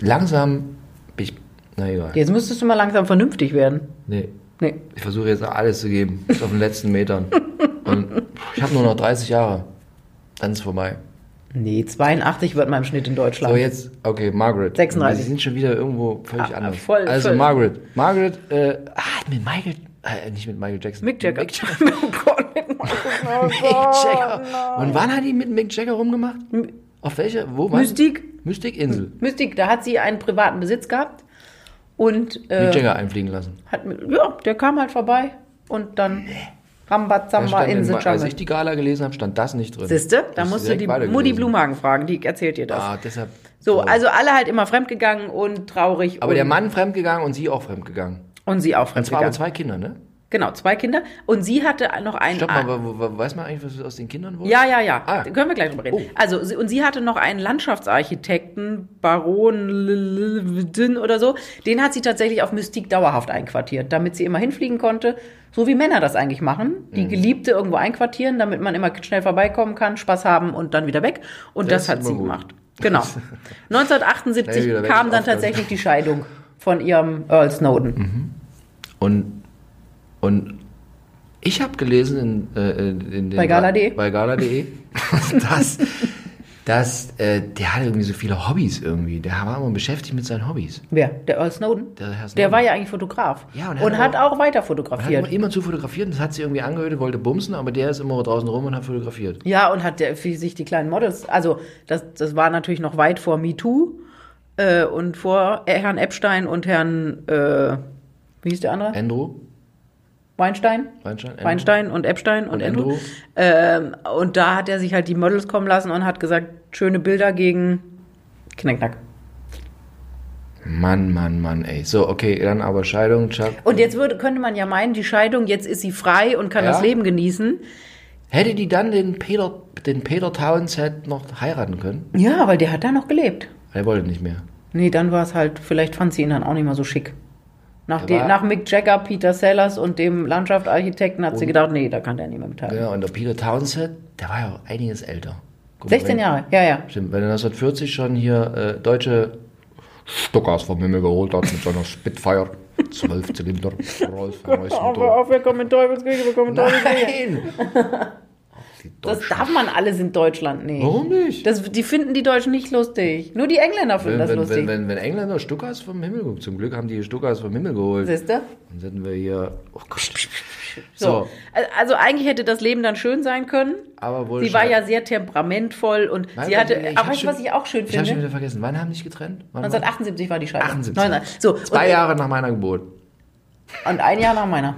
[SPEAKER 2] Langsam bin ich, na egal.
[SPEAKER 1] Jetzt müsstest du mal langsam vernünftig werden.
[SPEAKER 2] Nee,
[SPEAKER 1] Nee.
[SPEAKER 2] ich versuche jetzt alles zu geben, bis auf den letzten Metern. Und ich habe nur noch 30 Jahre. Dann ist vorbei.
[SPEAKER 1] Nee, 82 wird mal im Schnitt in Deutschland.
[SPEAKER 2] So, jetzt, okay, Margaret.
[SPEAKER 1] 36.
[SPEAKER 2] Sie sind schon wieder irgendwo völlig
[SPEAKER 1] Ah,
[SPEAKER 2] anders.
[SPEAKER 1] voll,
[SPEAKER 2] also,
[SPEAKER 1] voll.
[SPEAKER 2] Margaret. Margaret, äh, ah, mit Michael, äh, nicht mit Michael Jackson.
[SPEAKER 1] Mick Jagger.
[SPEAKER 2] Mick Jagger.
[SPEAKER 1] oh Gott, mit
[SPEAKER 2] Mick Jagger. Und wann hat die mit Mick Jagger rumgemacht? Auf welcher? Wo war
[SPEAKER 1] Mystik.
[SPEAKER 2] Mystikinsel.
[SPEAKER 1] Mystik, da hat sie einen privaten Besitz gehabt. Und
[SPEAKER 2] Mick
[SPEAKER 1] äh,
[SPEAKER 2] Jagger einfliegen lassen.
[SPEAKER 1] hat mit, ja, der kam halt vorbei. Und dann
[SPEAKER 2] Da
[SPEAKER 1] Rambazamba
[SPEAKER 2] stand
[SPEAKER 1] in the
[SPEAKER 2] in, als ich
[SPEAKER 1] jungle.
[SPEAKER 2] die Gala gelesen habe, stand das nicht drin.
[SPEAKER 1] Siehste, da
[SPEAKER 2] also Ich
[SPEAKER 1] musst du
[SPEAKER 2] direkt
[SPEAKER 1] die
[SPEAKER 2] weitergelesen.
[SPEAKER 1] Mutti Blumhagen fragen, die erzählt dir das.
[SPEAKER 2] Ah, deshalb.
[SPEAKER 1] So,
[SPEAKER 2] Oh.
[SPEAKER 1] also alle halt immer fremdgegangen und traurig.
[SPEAKER 2] Aber
[SPEAKER 1] und,
[SPEAKER 2] der Mann fremdgegangen und sie auch fremdgegangen.
[SPEAKER 1] Und sie auch
[SPEAKER 2] Und zwar
[SPEAKER 1] fremdgegangen.
[SPEAKER 2] aber zwei Kinder, ne?
[SPEAKER 1] Genau, zwei Kinder. Und sie hatte noch einen.
[SPEAKER 2] Stopp mal, wo- wo- weiß man eigentlich, was aus den Kindern wurde?
[SPEAKER 1] Ah. ja, ja, ja.
[SPEAKER 2] Ah.
[SPEAKER 1] Da Können wir gleich drüber reden.
[SPEAKER 2] Oh.
[SPEAKER 1] Also, sie, und sie hatte noch einen Landschaftsarchitekten, Baron Lilden oder so. Den hat sie tatsächlich auf Mystik dauerhaft einquartiert, damit sie immer hinfliegen konnte. So wie Männer das eigentlich machen.
[SPEAKER 2] Mhm.
[SPEAKER 1] Die Geliebte irgendwo einquartieren, damit man immer schnell vorbeikommen kann, Spaß haben und dann wieder weg. Und das,
[SPEAKER 2] Das ist
[SPEAKER 1] hat sie
[SPEAKER 2] immer gut.
[SPEAKER 1] gemacht. Genau.
[SPEAKER 2] Schnell
[SPEAKER 1] 1978
[SPEAKER 2] wieder weg,
[SPEAKER 1] kam dann
[SPEAKER 2] aufhören. Mhm.
[SPEAKER 1] tatsächlich die Scheidung von ihrem Earl Snowden.
[SPEAKER 2] Und, und ich habe gelesen in, äh, in den
[SPEAKER 1] Bei Gala.de?
[SPEAKER 2] Bei Gala.de, dass, dass äh, der hatte irgendwie so viele Hobbys irgendwie. Der war immer beschäftigt mit seinen Hobbys.
[SPEAKER 1] Wer? Der Earl Snowden?
[SPEAKER 2] Der Herr Snowden.
[SPEAKER 1] Der war ja eigentlich Fotograf.
[SPEAKER 2] Ja, und
[SPEAKER 1] und
[SPEAKER 2] er hat
[SPEAKER 1] hat auch weiter
[SPEAKER 2] Er hat immer,
[SPEAKER 1] fotografiert.
[SPEAKER 2] immer zu fotografiert und das hat sie irgendwie angehört, wollte bumsen, aber der ist immer draußen rum und hat fotografiert.
[SPEAKER 1] Ja, und hat der, für sich die kleinen Models. Also, das, das war natürlich noch weit vor MeToo äh, und vor äh, Herrn Epstein und Herrn, äh, wie hieß der andere?
[SPEAKER 2] Andrew,
[SPEAKER 1] Weinstein?
[SPEAKER 2] Weinstein, Andrew.
[SPEAKER 1] Weinstein und Epstein und,
[SPEAKER 2] Und
[SPEAKER 1] Andrew.
[SPEAKER 2] Andrew.
[SPEAKER 1] Ähm, und da hat er sich halt die Models kommen lassen und hat gesagt, schöne Bilder gegen Knickknack.
[SPEAKER 2] Mann, Mann, Mann, ey. So, okay, dann aber Scheidung, Chuck.
[SPEAKER 1] Und jetzt würde, könnte man ja meinen, die Scheidung, jetzt ist sie frei und kann
[SPEAKER 2] Ja.
[SPEAKER 1] das Leben genießen.
[SPEAKER 2] Hätte die dann den Peter, den Peter Townsend noch heiraten können?
[SPEAKER 1] Ja, weil der hat da noch gelebt.
[SPEAKER 2] Er wollte nicht mehr.
[SPEAKER 1] Nee, dann war es halt, vielleicht fand sie ihn dann auch nicht mehr so schick. Nach,
[SPEAKER 2] Er
[SPEAKER 1] dem,
[SPEAKER 2] war-
[SPEAKER 1] nach Mick Jagger, Peter Sellers und dem Landschaftsarchitekten hat sie gedacht, nee, da kann der nicht mehr mithalten.
[SPEAKER 2] Ja, und der Peter Townsend, der war ja auch einiges älter. Guck mal,
[SPEAKER 1] 16
[SPEAKER 2] wenn-
[SPEAKER 1] Jahre, ja, ja.
[SPEAKER 2] Stimmt, wenn er 1940 schon hier äh, deutsche Stuckers vom Himmel geholt hat mit seiner Spitfire, 12 Zylinder, Rolls Royce Motor.
[SPEAKER 1] wir kommen in Teufelsküche, wir kommen in
[SPEAKER 2] Nein! Die
[SPEAKER 1] Das
[SPEAKER 2] Deutschen.
[SPEAKER 1] darf man alles in Deutschland nicht.
[SPEAKER 2] Warum nicht?
[SPEAKER 1] Das, die finden die Deutschen nicht lustig. Nur die Engländer finden
[SPEAKER 2] Wenn,
[SPEAKER 1] das
[SPEAKER 2] wenn, wenn,
[SPEAKER 1] lustig.
[SPEAKER 2] wenn, wenn Engländer Stuckers vom Himmel geholt, zum Glück haben die Stuckers vom Himmel geholt.
[SPEAKER 1] Siehst du?
[SPEAKER 2] Dann hätten wir hier, oh Gott,
[SPEAKER 1] So. Also eigentlich hätte das Leben dann schön sein können.
[SPEAKER 2] Aber wohl
[SPEAKER 1] sie war
[SPEAKER 2] schade.
[SPEAKER 1] ja sehr temperamentvoll und
[SPEAKER 2] Nein,
[SPEAKER 1] sie hatte.
[SPEAKER 2] ich hab
[SPEAKER 1] aber weißt du,
[SPEAKER 2] schon-
[SPEAKER 1] was ich auch schön
[SPEAKER 2] Ich habe schon
[SPEAKER 1] finde?
[SPEAKER 2] wieder vergessen. Wann haben die sich getrennt? Wann war-
[SPEAKER 1] 1978 war die Scheidung.
[SPEAKER 2] 78.
[SPEAKER 1] 19, so, und,
[SPEAKER 2] Zwei Jahre nach meiner Geburt.
[SPEAKER 1] und ein Jahr nach meiner.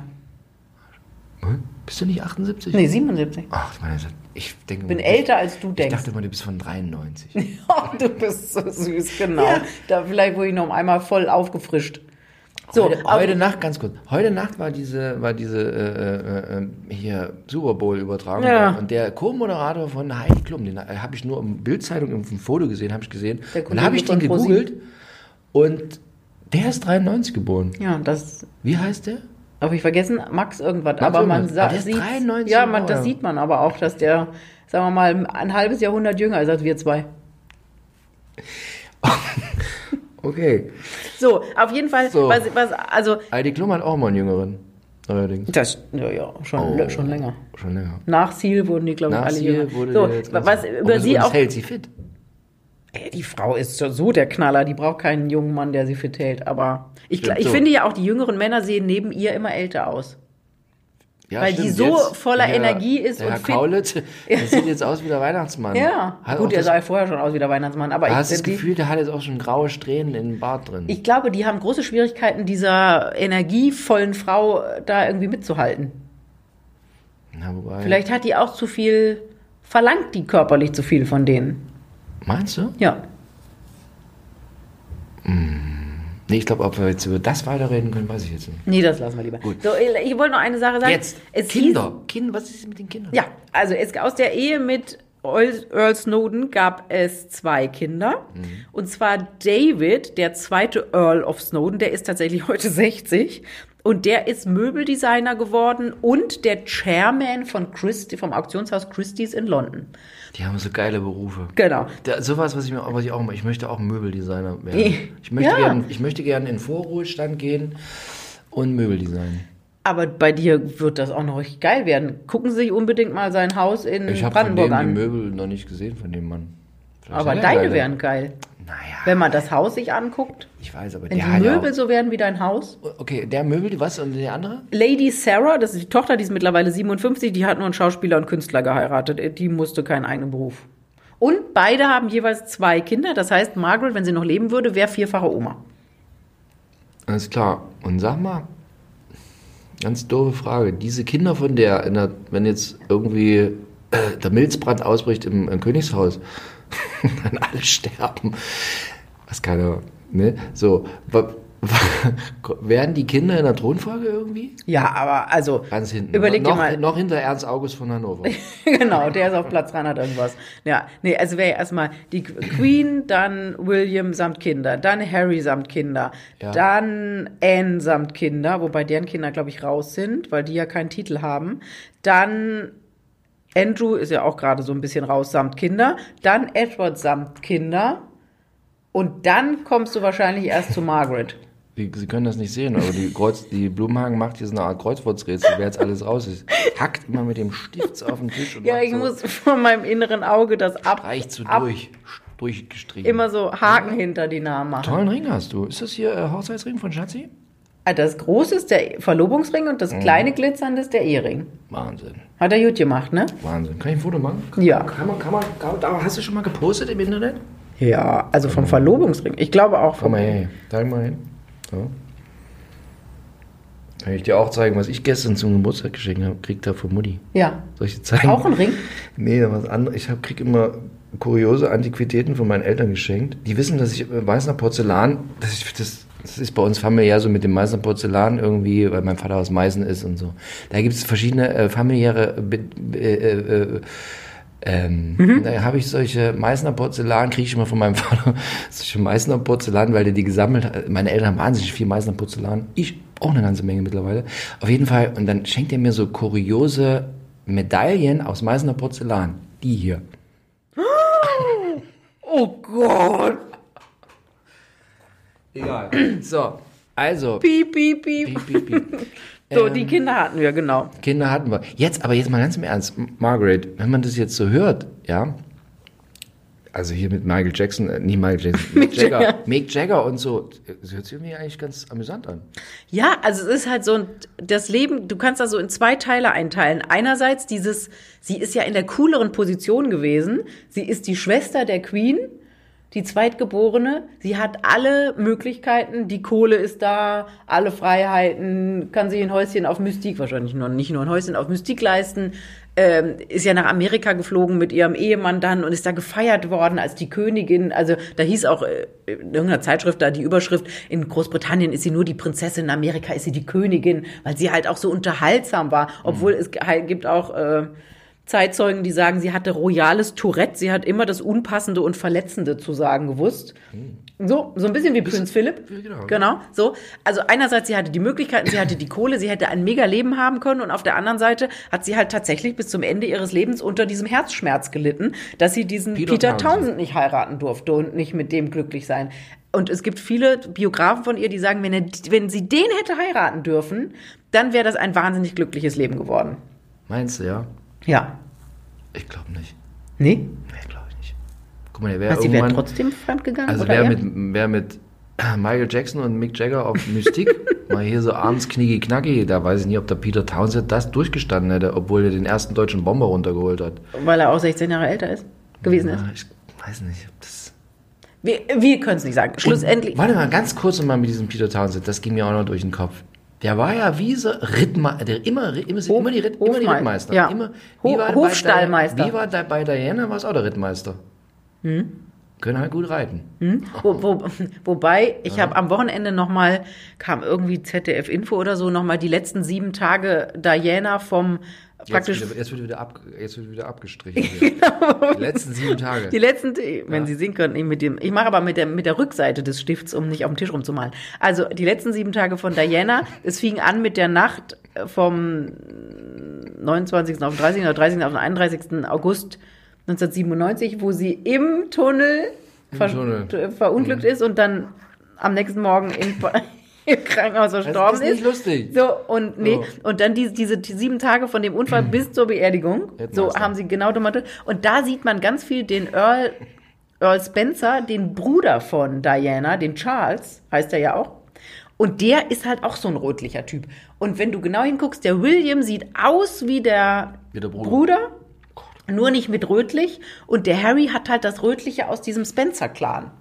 [SPEAKER 2] Hä? Bist du nicht 78?
[SPEAKER 1] Nee, 77.
[SPEAKER 2] Ach, meine, Seite. ich denke.
[SPEAKER 1] Ich bin älter, als du
[SPEAKER 2] Ich
[SPEAKER 1] denkst.
[SPEAKER 2] dachte mal, du bist von 93.
[SPEAKER 1] Oh, du bist so süß, genau. Da vielleicht wurde ich noch einmal voll aufgefrischt. So,
[SPEAKER 2] heute,
[SPEAKER 1] aber-
[SPEAKER 2] heute Nacht, ganz kurz. Heute Nacht war diese, war diese äh, äh, äh, hier Super Bowl übertragen
[SPEAKER 1] Ja.
[SPEAKER 2] worden. und der Co-Moderator von Heidi Klum, den äh, habe ich nur im Bildzeitung im Foto gesehen, habe ich gesehen.
[SPEAKER 1] Der
[SPEAKER 2] Und habe ich den
[SPEAKER 1] Kollege von
[SPEAKER 2] gegoogelt und der ist 93 geboren.
[SPEAKER 1] ja, das
[SPEAKER 2] Wie heißt der?
[SPEAKER 1] habe ich vergessen. Max irgendwas. aber man
[SPEAKER 2] irgendwas. Aber
[SPEAKER 1] sa-
[SPEAKER 2] der ist
[SPEAKER 1] sieht,
[SPEAKER 2] 93
[SPEAKER 1] ja, man,
[SPEAKER 2] Jahre.
[SPEAKER 1] das sieht man aber auch, dass der, sagen wir mal, ein halbes Jahrhundert jünger ist als wir zwei.
[SPEAKER 2] Okay.
[SPEAKER 1] So, auf jeden Fall,
[SPEAKER 2] So.
[SPEAKER 1] was, was, also,
[SPEAKER 2] Heidi Klum hat auch mal einen Jüngeren. Neuerdings.
[SPEAKER 1] das, ja, ja, schon,
[SPEAKER 2] Oh.
[SPEAKER 1] schon länger.
[SPEAKER 2] Schon länger.
[SPEAKER 1] Nach Ziel wurden die, glaube ich,
[SPEAKER 2] Nach
[SPEAKER 1] alle
[SPEAKER 2] sie
[SPEAKER 1] jünger.
[SPEAKER 2] wurde
[SPEAKER 1] So,
[SPEAKER 2] der jetzt ganz-
[SPEAKER 1] was
[SPEAKER 2] Ob
[SPEAKER 1] über
[SPEAKER 2] es
[SPEAKER 1] sie
[SPEAKER 2] uns
[SPEAKER 1] auch.
[SPEAKER 2] hält sie fit.
[SPEAKER 1] Ey, die Frau ist so- so der Knaller, die braucht keinen jungen Mann, der sie fit hält. Aber ich,
[SPEAKER 2] Stimmt
[SPEAKER 1] ich
[SPEAKER 2] so.
[SPEAKER 1] finde ja auch, die jüngeren Männer sehen neben ihr immer älter aus.
[SPEAKER 2] Ja,
[SPEAKER 1] Weil die so voller
[SPEAKER 2] der-
[SPEAKER 1] Energie ist
[SPEAKER 2] der
[SPEAKER 1] und
[SPEAKER 2] Herr
[SPEAKER 1] fit.
[SPEAKER 2] Kaulitz, der sieht jetzt aus wie der Weihnachtsmann.
[SPEAKER 1] Ja,
[SPEAKER 2] Hat
[SPEAKER 1] gut,
[SPEAKER 2] auch
[SPEAKER 1] er
[SPEAKER 2] das,
[SPEAKER 1] sah ja vorher schon aus wie der Weihnachtsmann, aber
[SPEAKER 2] hast
[SPEAKER 1] ich,
[SPEAKER 2] das
[SPEAKER 1] die,
[SPEAKER 2] Gefühl, der hat jetzt auch schon graue Strähnen im Bart drin.
[SPEAKER 1] ich glaube, die haben große Schwierigkeiten, dieser energievollen Frau äh, da irgendwie mitzuhalten.
[SPEAKER 2] Na, wobei,
[SPEAKER 1] Vielleicht hat die auch zu viel, verlangt die körperlich zu viel von denen.
[SPEAKER 2] Meinst du?
[SPEAKER 1] Ja.
[SPEAKER 2] Nee, ich glaube, ob wir jetzt über das weiterreden können, weiß ich jetzt nicht.
[SPEAKER 1] Nee, das lassen wir lieber.
[SPEAKER 2] Gut.
[SPEAKER 1] So, ich wollte noch eine Sache sagen.
[SPEAKER 2] Jetzt,
[SPEAKER 1] Es hieß-
[SPEAKER 2] Kinder. Kind, was ist mit den Kindern?
[SPEAKER 1] Ja, also es, aus der Ehe mit Earl Earl Snowden gab es zwei Kinder.
[SPEAKER 2] Mhm.
[SPEAKER 1] Und zwar David, der zweite Earl of Snowden, der ist tatsächlich heute 60. Und der ist Möbeldesigner geworden und der Chairman von Christie, vom Auktionshaus Christie's in London.
[SPEAKER 2] Die haben so geile Berufe.
[SPEAKER 1] Genau.
[SPEAKER 2] Da, sowas, was ich mir was ich auch immer, ich möchte auch Möbeldesigner werden. Ich möchte
[SPEAKER 1] Ja.
[SPEAKER 2] gern, ich möchte gern in Vorruhestand gehen und Möbeldesign.
[SPEAKER 1] Aber bei dir wird das auch noch richtig geil werden. Gucken Sie sich unbedingt mal sein Haus in
[SPEAKER 2] Ich habe von
[SPEAKER 1] Brandenburg
[SPEAKER 2] dem die
[SPEAKER 1] an.
[SPEAKER 2] Möbel noch nicht gesehen von dem Mann. Vielleicht
[SPEAKER 1] Aber
[SPEAKER 2] hat er
[SPEAKER 1] deine
[SPEAKER 2] geile.
[SPEAKER 1] wären geil.
[SPEAKER 2] Naja.
[SPEAKER 1] Wenn man das Haus sich anguckt,
[SPEAKER 2] Ich weiß,
[SPEAKER 1] wenn
[SPEAKER 2] aber der
[SPEAKER 1] die
[SPEAKER 2] hat ja
[SPEAKER 1] Möbel so werden wie dein Haus.
[SPEAKER 2] auch, Okay, der Möbel, was und der andere?
[SPEAKER 1] Lady Sarah, das ist die Tochter, die ist mittlerweile 57, die hat nur einen Schauspieler und Künstler geheiratet. Die musste keinen eigenen Beruf. Und beide haben jeweils zwei Kinder. Das heißt, Margaret, wenn sie noch leben würde, wäre vierfache Oma.
[SPEAKER 2] Alles klar. Und sag mal, ganz doofe Frage. Diese Kinder von der, in der wenn jetzt irgendwie äh, der Milzbrand ausbricht im, im Königshaus, dann alle sterben. Was keiner, ne? So, wa- wa- werden die Kinder in der Thronfolge irgendwie?
[SPEAKER 1] Ja, aber also
[SPEAKER 2] Ganz hinten. ne?
[SPEAKER 1] überleg
[SPEAKER 2] noch,
[SPEAKER 1] dir mal.
[SPEAKER 2] Noch hinter Ernst August von Hannover.
[SPEAKER 1] genau, der ist auf Platz 300 irgendwas. Ja, nee, also wäre ja erstmal die Queen, dann William samt Kinder, dann Harry samt Kinder,
[SPEAKER 2] Ja.
[SPEAKER 1] dann Anne samt Kinder, wobei deren Kinder, glaube ich, raus sind, weil die ja keinen Titel haben. Dann Andrew ist ja auch gerade so ein bisschen raus samt Kinder, dann Edward samt Kinder und dann kommst du wahrscheinlich erst zu Margaret.
[SPEAKER 2] Die, Sie können das nicht sehen, aber die, Kreuz, die Blumenhagen macht hier so eine Art Kreuzworträtsel, wer jetzt alles raus ist. Hackt immer mit dem Stift auf den Tisch und
[SPEAKER 1] Ja,
[SPEAKER 2] macht
[SPEAKER 1] ich
[SPEAKER 2] so,
[SPEAKER 1] muss von meinem inneren Auge das ab,
[SPEAKER 2] reicht so
[SPEAKER 1] ab
[SPEAKER 2] durch, durchgestrichen.
[SPEAKER 1] immer so Haken hinter die Namen machen.
[SPEAKER 2] Tollen Ring hast du. Ist das hier äh, Hochzeitsring von Schatzi?
[SPEAKER 1] Ah, Das große ist der Verlobungsring und das kleine glitzernde ist der Ehering.
[SPEAKER 2] Wahnsinn,
[SPEAKER 1] Hat er gut gemacht, ne?
[SPEAKER 2] Wahnsinn. Kann ich ein Foto machen? Kann,
[SPEAKER 1] Ja.
[SPEAKER 2] Kann man, kann man, kann, da- hast du schon mal gepostet im Internet?
[SPEAKER 1] Ja, also vom Verlobungsring. Ich glaube auch vom.
[SPEAKER 2] Komm mal her, zeig mal hin. So. Kann ich dir auch zeigen, was ich gestern zum Geburtstag geschenkt habe, kriegt da von Mutti.
[SPEAKER 1] Ja.
[SPEAKER 2] Soll ich dir zeigen?
[SPEAKER 1] Auch ein Ring?
[SPEAKER 2] Nee, was anderes. Ich hab, krieg immer kuriose Antiquitäten von meinen Eltern geschenkt. Die wissen, dass ich äh, Meißner Porzellan, dass ich das, das ist bei uns familiär so mit dem Meißner Porzellan irgendwie, weil mein Vater aus Meißen ist und so. Da gibt es verschiedene äh, familiäre äh, äh, äh, ähm,
[SPEAKER 1] Mhm.
[SPEAKER 2] Da habe ich solche Meißner Porzellan, kriege ich immer von meinem Vater solche Meißner Porzellan, weil der die gesammelt hat. Meine Eltern haben wahnsinnig viel Meißner Porzellan. Ich auch eine ganze Menge mittlerweile. Auf jeden Fall. Und dann schenkt er mir so kuriose Medaillen aus Meißner Porzellan. Die hier.
[SPEAKER 1] Oh Gott.
[SPEAKER 2] Egal. So, also.
[SPEAKER 1] Piep, piep, piep.
[SPEAKER 2] Piep, piep, piep.
[SPEAKER 1] So, die Kinder hatten wir, genau.
[SPEAKER 2] Kinder hatten wir. Jetzt, aber jetzt mal ganz im Ernst, M- Margaret, wenn man das jetzt so hört, ja, also hier mit Michael Jackson, äh, nicht Michael Jackson, Mick Jagger, Mick Jagger und so. Das hört sich irgendwie eigentlich ganz amüsant an.
[SPEAKER 1] Ja, also es ist halt so ein, das Leben, du kannst das so in zwei Teile einteilen. Einerseits dieses, sie ist ja in der cooleren Position gewesen. Sie ist die Schwester der Queen, die Zweitgeborene. Sie hat alle Möglichkeiten. Die Kohle ist da, alle Freiheiten, kann sich ein Häuschen auf Mystik, wahrscheinlich nur, nicht nur ein Häuschen auf Mystik leisten. Ähm, ist ja nach Amerika geflogen mit ihrem Ehemann dann und ist da gefeiert worden als die Königin. Also da hieß auch äh, in irgendeiner Zeitschrift da die Überschrift, in Großbritannien ist sie nur die Prinzessin, in Amerika ist sie die Königin, weil sie halt auch so unterhaltsam war. Obwohl es ge- halt gibt auch äh, Zeitzeugen, die sagen, sie hatte royales Tourette, sie hat immer das Unpassende und Verletzende zu sagen gewusst. So, so ein bisschen wie Prinz Philipp.
[SPEAKER 2] genau.
[SPEAKER 1] Genau, so. Also einerseits, sie hatte die Möglichkeiten, sie hatte die Kohle, sie hätte ein mega Leben haben können und auf der anderen Seite hat sie halt tatsächlich bis zum Ende ihres Lebens unter diesem Herzschmerz gelitten, dass sie diesen
[SPEAKER 2] Peter
[SPEAKER 1] Peter,
[SPEAKER 2] Townsend.
[SPEAKER 1] Townsend. nicht heiraten durfte und nicht mit dem glücklich sein. Und es gibt viele Biografen von ihr, die sagen, wenn, er, wenn sie den hätte heiraten dürfen, dann wäre das ein wahnsinnig glückliches Leben geworden.
[SPEAKER 2] Meinst du, ja?
[SPEAKER 1] Ja.
[SPEAKER 2] Ich glaube nicht.
[SPEAKER 1] Nee?
[SPEAKER 2] Nee, glaube ich nicht. Guck mal, der wäre
[SPEAKER 1] Was, sie wären
[SPEAKER 2] irgendwann...
[SPEAKER 1] trotzdem fremdgegangen?
[SPEAKER 2] Also
[SPEAKER 1] oder
[SPEAKER 2] wer
[SPEAKER 1] er?
[SPEAKER 2] mit, wer mit Michael Jackson und Mick Jagger auf Mystik mal hier so abends knicki knacki, da weiß ich nicht, ob der Peter Townsend das durchgestanden hätte, obwohl er den ersten deutschen Bomber runtergeholt hat.
[SPEAKER 1] Weil er auch 16 Jahre älter ist, gewesen ist.
[SPEAKER 2] Ja, ich weiß nicht, ob das.
[SPEAKER 1] Wir, wir können es nicht sagen. Schlussendlich.
[SPEAKER 2] Warte mal, ganz kurz nochmal mit diesem Peter Townsend, das ging mir auch noch durch den Kopf. Der war ja wie so Rittme der immer, immer, immer, die, Ritt, immer die
[SPEAKER 1] Hofmeister.
[SPEAKER 2] Rittmeister.
[SPEAKER 1] Ja.
[SPEAKER 2] Immer,
[SPEAKER 1] Ho-
[SPEAKER 2] war bei
[SPEAKER 1] Hofstallmeister.
[SPEAKER 2] Diana- Wie war da bei Diana, war es auch der Rittmeister.
[SPEAKER 1] Hm?
[SPEAKER 2] Können halt gut reiten.
[SPEAKER 1] Wo, wo, wobei, ich habe am Wochenende nochmal, kam irgendwie ZDF-Info oder so, nochmal die letzten sieben Tage Diana vom praktisch. Genau.
[SPEAKER 2] Jetzt, wird- jetzt, wird wieder ab, jetzt wird wieder abgestrichen. Hier. Die letzten sieben Tage.
[SPEAKER 1] Die letzten, wenn Sie sehen könnten, ich mit dem, ich mache aber mit der, mit der Rückseite des Stifts, um nicht auf dem Tisch rumzumalen. Also, die letzten sieben Tage von Diana, es fing an mit der Nacht äh, vom 29. auf den 30. oder 30. auf den 31. August 1997, wo sie im Tunnel, ver
[SPEAKER 2] Tunnel. Mhm.
[SPEAKER 1] t- verunglückt ist und dann am nächsten Morgen in, im Krankenhaus verstorben
[SPEAKER 2] Also, ist nicht
[SPEAKER 1] ist.
[SPEAKER 2] lustig.
[SPEAKER 1] So, und nee, und dann die, diese t- sieben Tage von dem Unfall bis zur Beerdigung. So
[SPEAKER 2] Rittmeister.
[SPEAKER 1] haben sie genau domatiert. Und da sieht man ganz viel den Earl, Earl Spencer, den Bruder von Diana, den Charles, heißt er ja auch. Und der ist halt auch so ein rötlicher Typ. Und wenn du genau hinguckst, der William sieht aus wie der,
[SPEAKER 2] Wie der Bruder.
[SPEAKER 1] Bruder nur nicht mit rötlich. Und der Harry hat halt das Rötliche aus diesem Spencer-Clan.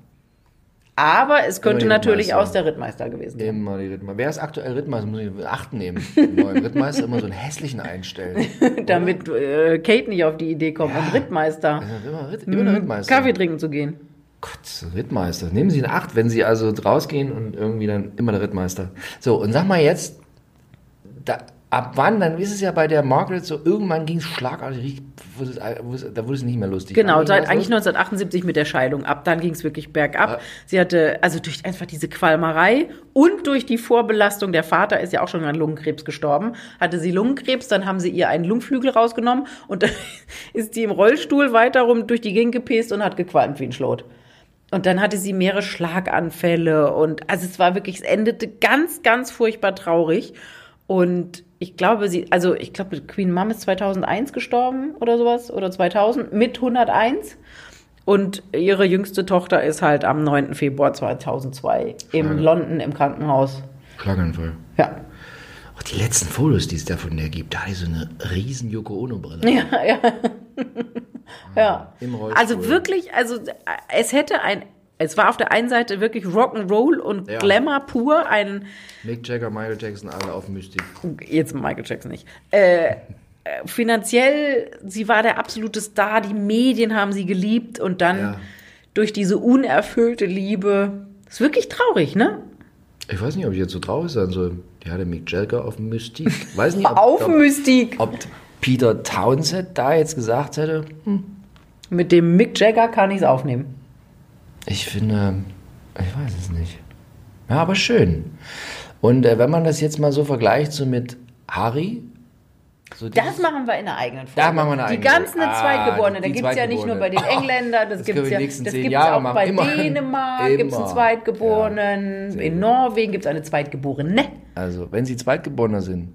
[SPEAKER 1] Aber es könnte
[SPEAKER 2] Immer
[SPEAKER 1] natürlich
[SPEAKER 2] Rittmeister.
[SPEAKER 1] aus der Rittmeister gewesen sein.
[SPEAKER 2] Immer die Rittmeister. Wer ist aktuell Rittmeister? Muss ich in Acht nehmen. Den neuen Rittmeister immer so einen hässlichen einstellen.
[SPEAKER 1] Damit äh, Kate nicht auf die Idee kommt, am Rittmeister
[SPEAKER 2] Also Immer, Ritt, immer der Rittmeister.
[SPEAKER 1] Kaffee trinken zu gehen.
[SPEAKER 2] Gott, Rittmeister. Nehmen Sie in Acht, wenn Sie also rausgehen und irgendwie dann immer der Rittmeister. So, und sag mal jetzt, da, ab wann, dann ist es ja bei der Margaret so, irgendwann ging es schlagartig, richtig- wurde es- wurde es- da wurde es nicht mehr lustig.
[SPEAKER 1] Genau,
[SPEAKER 2] Wann ging
[SPEAKER 1] seit
[SPEAKER 2] das
[SPEAKER 1] eigentlich
[SPEAKER 2] los?
[SPEAKER 1] 1978 mit der Scheidung ab. Dann ging es wirklich bergab. Sie hatte, also durch einfach diese Qualmerei und durch die Vorbelastung, der Vater ist ja auch schon an Lungenkrebs gestorben, hatte sie Lungenkrebs, dann haben sie ihr einen Lungenflügel rausgenommen und dann ist sie im Rollstuhl weiter rum durch die Gegend gepäst und hat gequalmt wie ein Schlot. Und dann hatte sie mehrere Schlaganfälle und also es war wirklich, es endete ganz, ganz furchtbar traurig. Und ich glaube, sie, also ich glaube, Queen Mom ist 2001 gestorben oder sowas oder 2000 mit 101. Und ihre jüngste Tochter ist halt am 9. Februar 2002 im
[SPEAKER 2] Schade.
[SPEAKER 1] London im Krankenhaus.
[SPEAKER 2] Schlaganfall.
[SPEAKER 1] Ja.
[SPEAKER 2] Auch die letzten Fotos, die es davon der gibt, da hat die so eine riesen Yoko Ono-Brille.
[SPEAKER 1] Ja, ja. ja.
[SPEAKER 2] Im Rollstuhl.
[SPEAKER 1] Also wirklich, also äh, es hätte ein, es war auf der einen Seite wirklich Rock'n'Roll und
[SPEAKER 2] Ja.
[SPEAKER 1] Glamour pur, ein,
[SPEAKER 2] Mick Jagger, Michael Jackson, alle auf Mystik.
[SPEAKER 1] jetzt Michael Jackson nicht. Äh, äh, finanziell, sie war der absolute Star, die Medien haben sie geliebt und dann
[SPEAKER 2] Ja.
[SPEAKER 1] durch diese unerfüllte Liebe. Ist wirklich traurig, ne?
[SPEAKER 2] Ich weiß nicht, ob ich jetzt so traurig sein soll. Die hatte Mick Jagger auf Mystik. Weiß nicht, ob,
[SPEAKER 1] Auf
[SPEAKER 2] ob,
[SPEAKER 1] Mystik.
[SPEAKER 2] ob Peter Townsend da jetzt gesagt hätte.
[SPEAKER 1] Mit dem Mick Jagger kann ich es aufnehmen.
[SPEAKER 2] Ich finde, ich weiß es nicht. Ja, aber schön. Und äh, wenn man das jetzt mal so vergleicht so mit Harry, so
[SPEAKER 1] Das machen wir in einer eigenen Folge.
[SPEAKER 2] Da machen wir eine
[SPEAKER 1] Die
[SPEAKER 2] eigene
[SPEAKER 1] ganzen
[SPEAKER 2] Folge. Ah,
[SPEAKER 1] Zweitgeborenen,
[SPEAKER 2] die-
[SPEAKER 1] da
[SPEAKER 2] die
[SPEAKER 1] gibt es ja nicht nur bei den
[SPEAKER 2] Zweitgeborenen.
[SPEAKER 1] Engländern, das,
[SPEAKER 2] Das
[SPEAKER 1] gibt
[SPEAKER 2] können
[SPEAKER 1] es
[SPEAKER 2] wir
[SPEAKER 1] ja
[SPEAKER 2] die nächsten
[SPEAKER 1] das
[SPEAKER 2] zehn
[SPEAKER 1] gibt's
[SPEAKER 2] Jahre
[SPEAKER 1] auch
[SPEAKER 2] machen.
[SPEAKER 1] bei
[SPEAKER 2] Immer.
[SPEAKER 1] Dänemark, gibt es einen
[SPEAKER 2] Immer.
[SPEAKER 1] Zweitgeborenen, in Norwegen gibt es eine Zweitgeborene.
[SPEAKER 2] also wenn sie Zweitgeborener sind,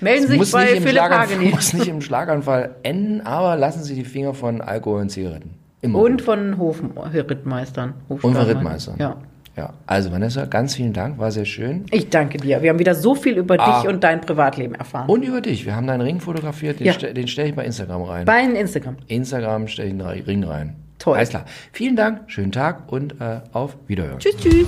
[SPEAKER 1] Melden Sie sich
[SPEAKER 2] muss nicht,
[SPEAKER 1] bei
[SPEAKER 2] im
[SPEAKER 1] Philipp
[SPEAKER 2] Schlaganfall,
[SPEAKER 1] Hageni.
[SPEAKER 2] muss nicht im Schlaganfall enden, aber lassen Sie die Finger von Alkohol und Zigaretten. Immer.
[SPEAKER 1] Und von Hofrittmeistern.
[SPEAKER 2] Mhm. Und von Rittmeister.
[SPEAKER 1] Ja.
[SPEAKER 2] ja. Also Vanessa, ganz vielen Dank, war sehr schön.
[SPEAKER 1] Ich danke dir. Wir haben wieder so viel über
[SPEAKER 2] Ah.
[SPEAKER 1] dich und dein Privatleben erfahren.
[SPEAKER 2] Und über dich. Wir haben deinen Ring fotografiert, den,
[SPEAKER 1] Ja.
[SPEAKER 2] ste den stelle ich bei Instagram rein.
[SPEAKER 1] Bei Instagram.
[SPEAKER 2] Instagram stelle ich den Re- Ring rein.
[SPEAKER 1] Toll.
[SPEAKER 2] Alles klar. Vielen Dank, schönen Tag und äh, auf Wiederhören.
[SPEAKER 1] Tschüss, tschüss.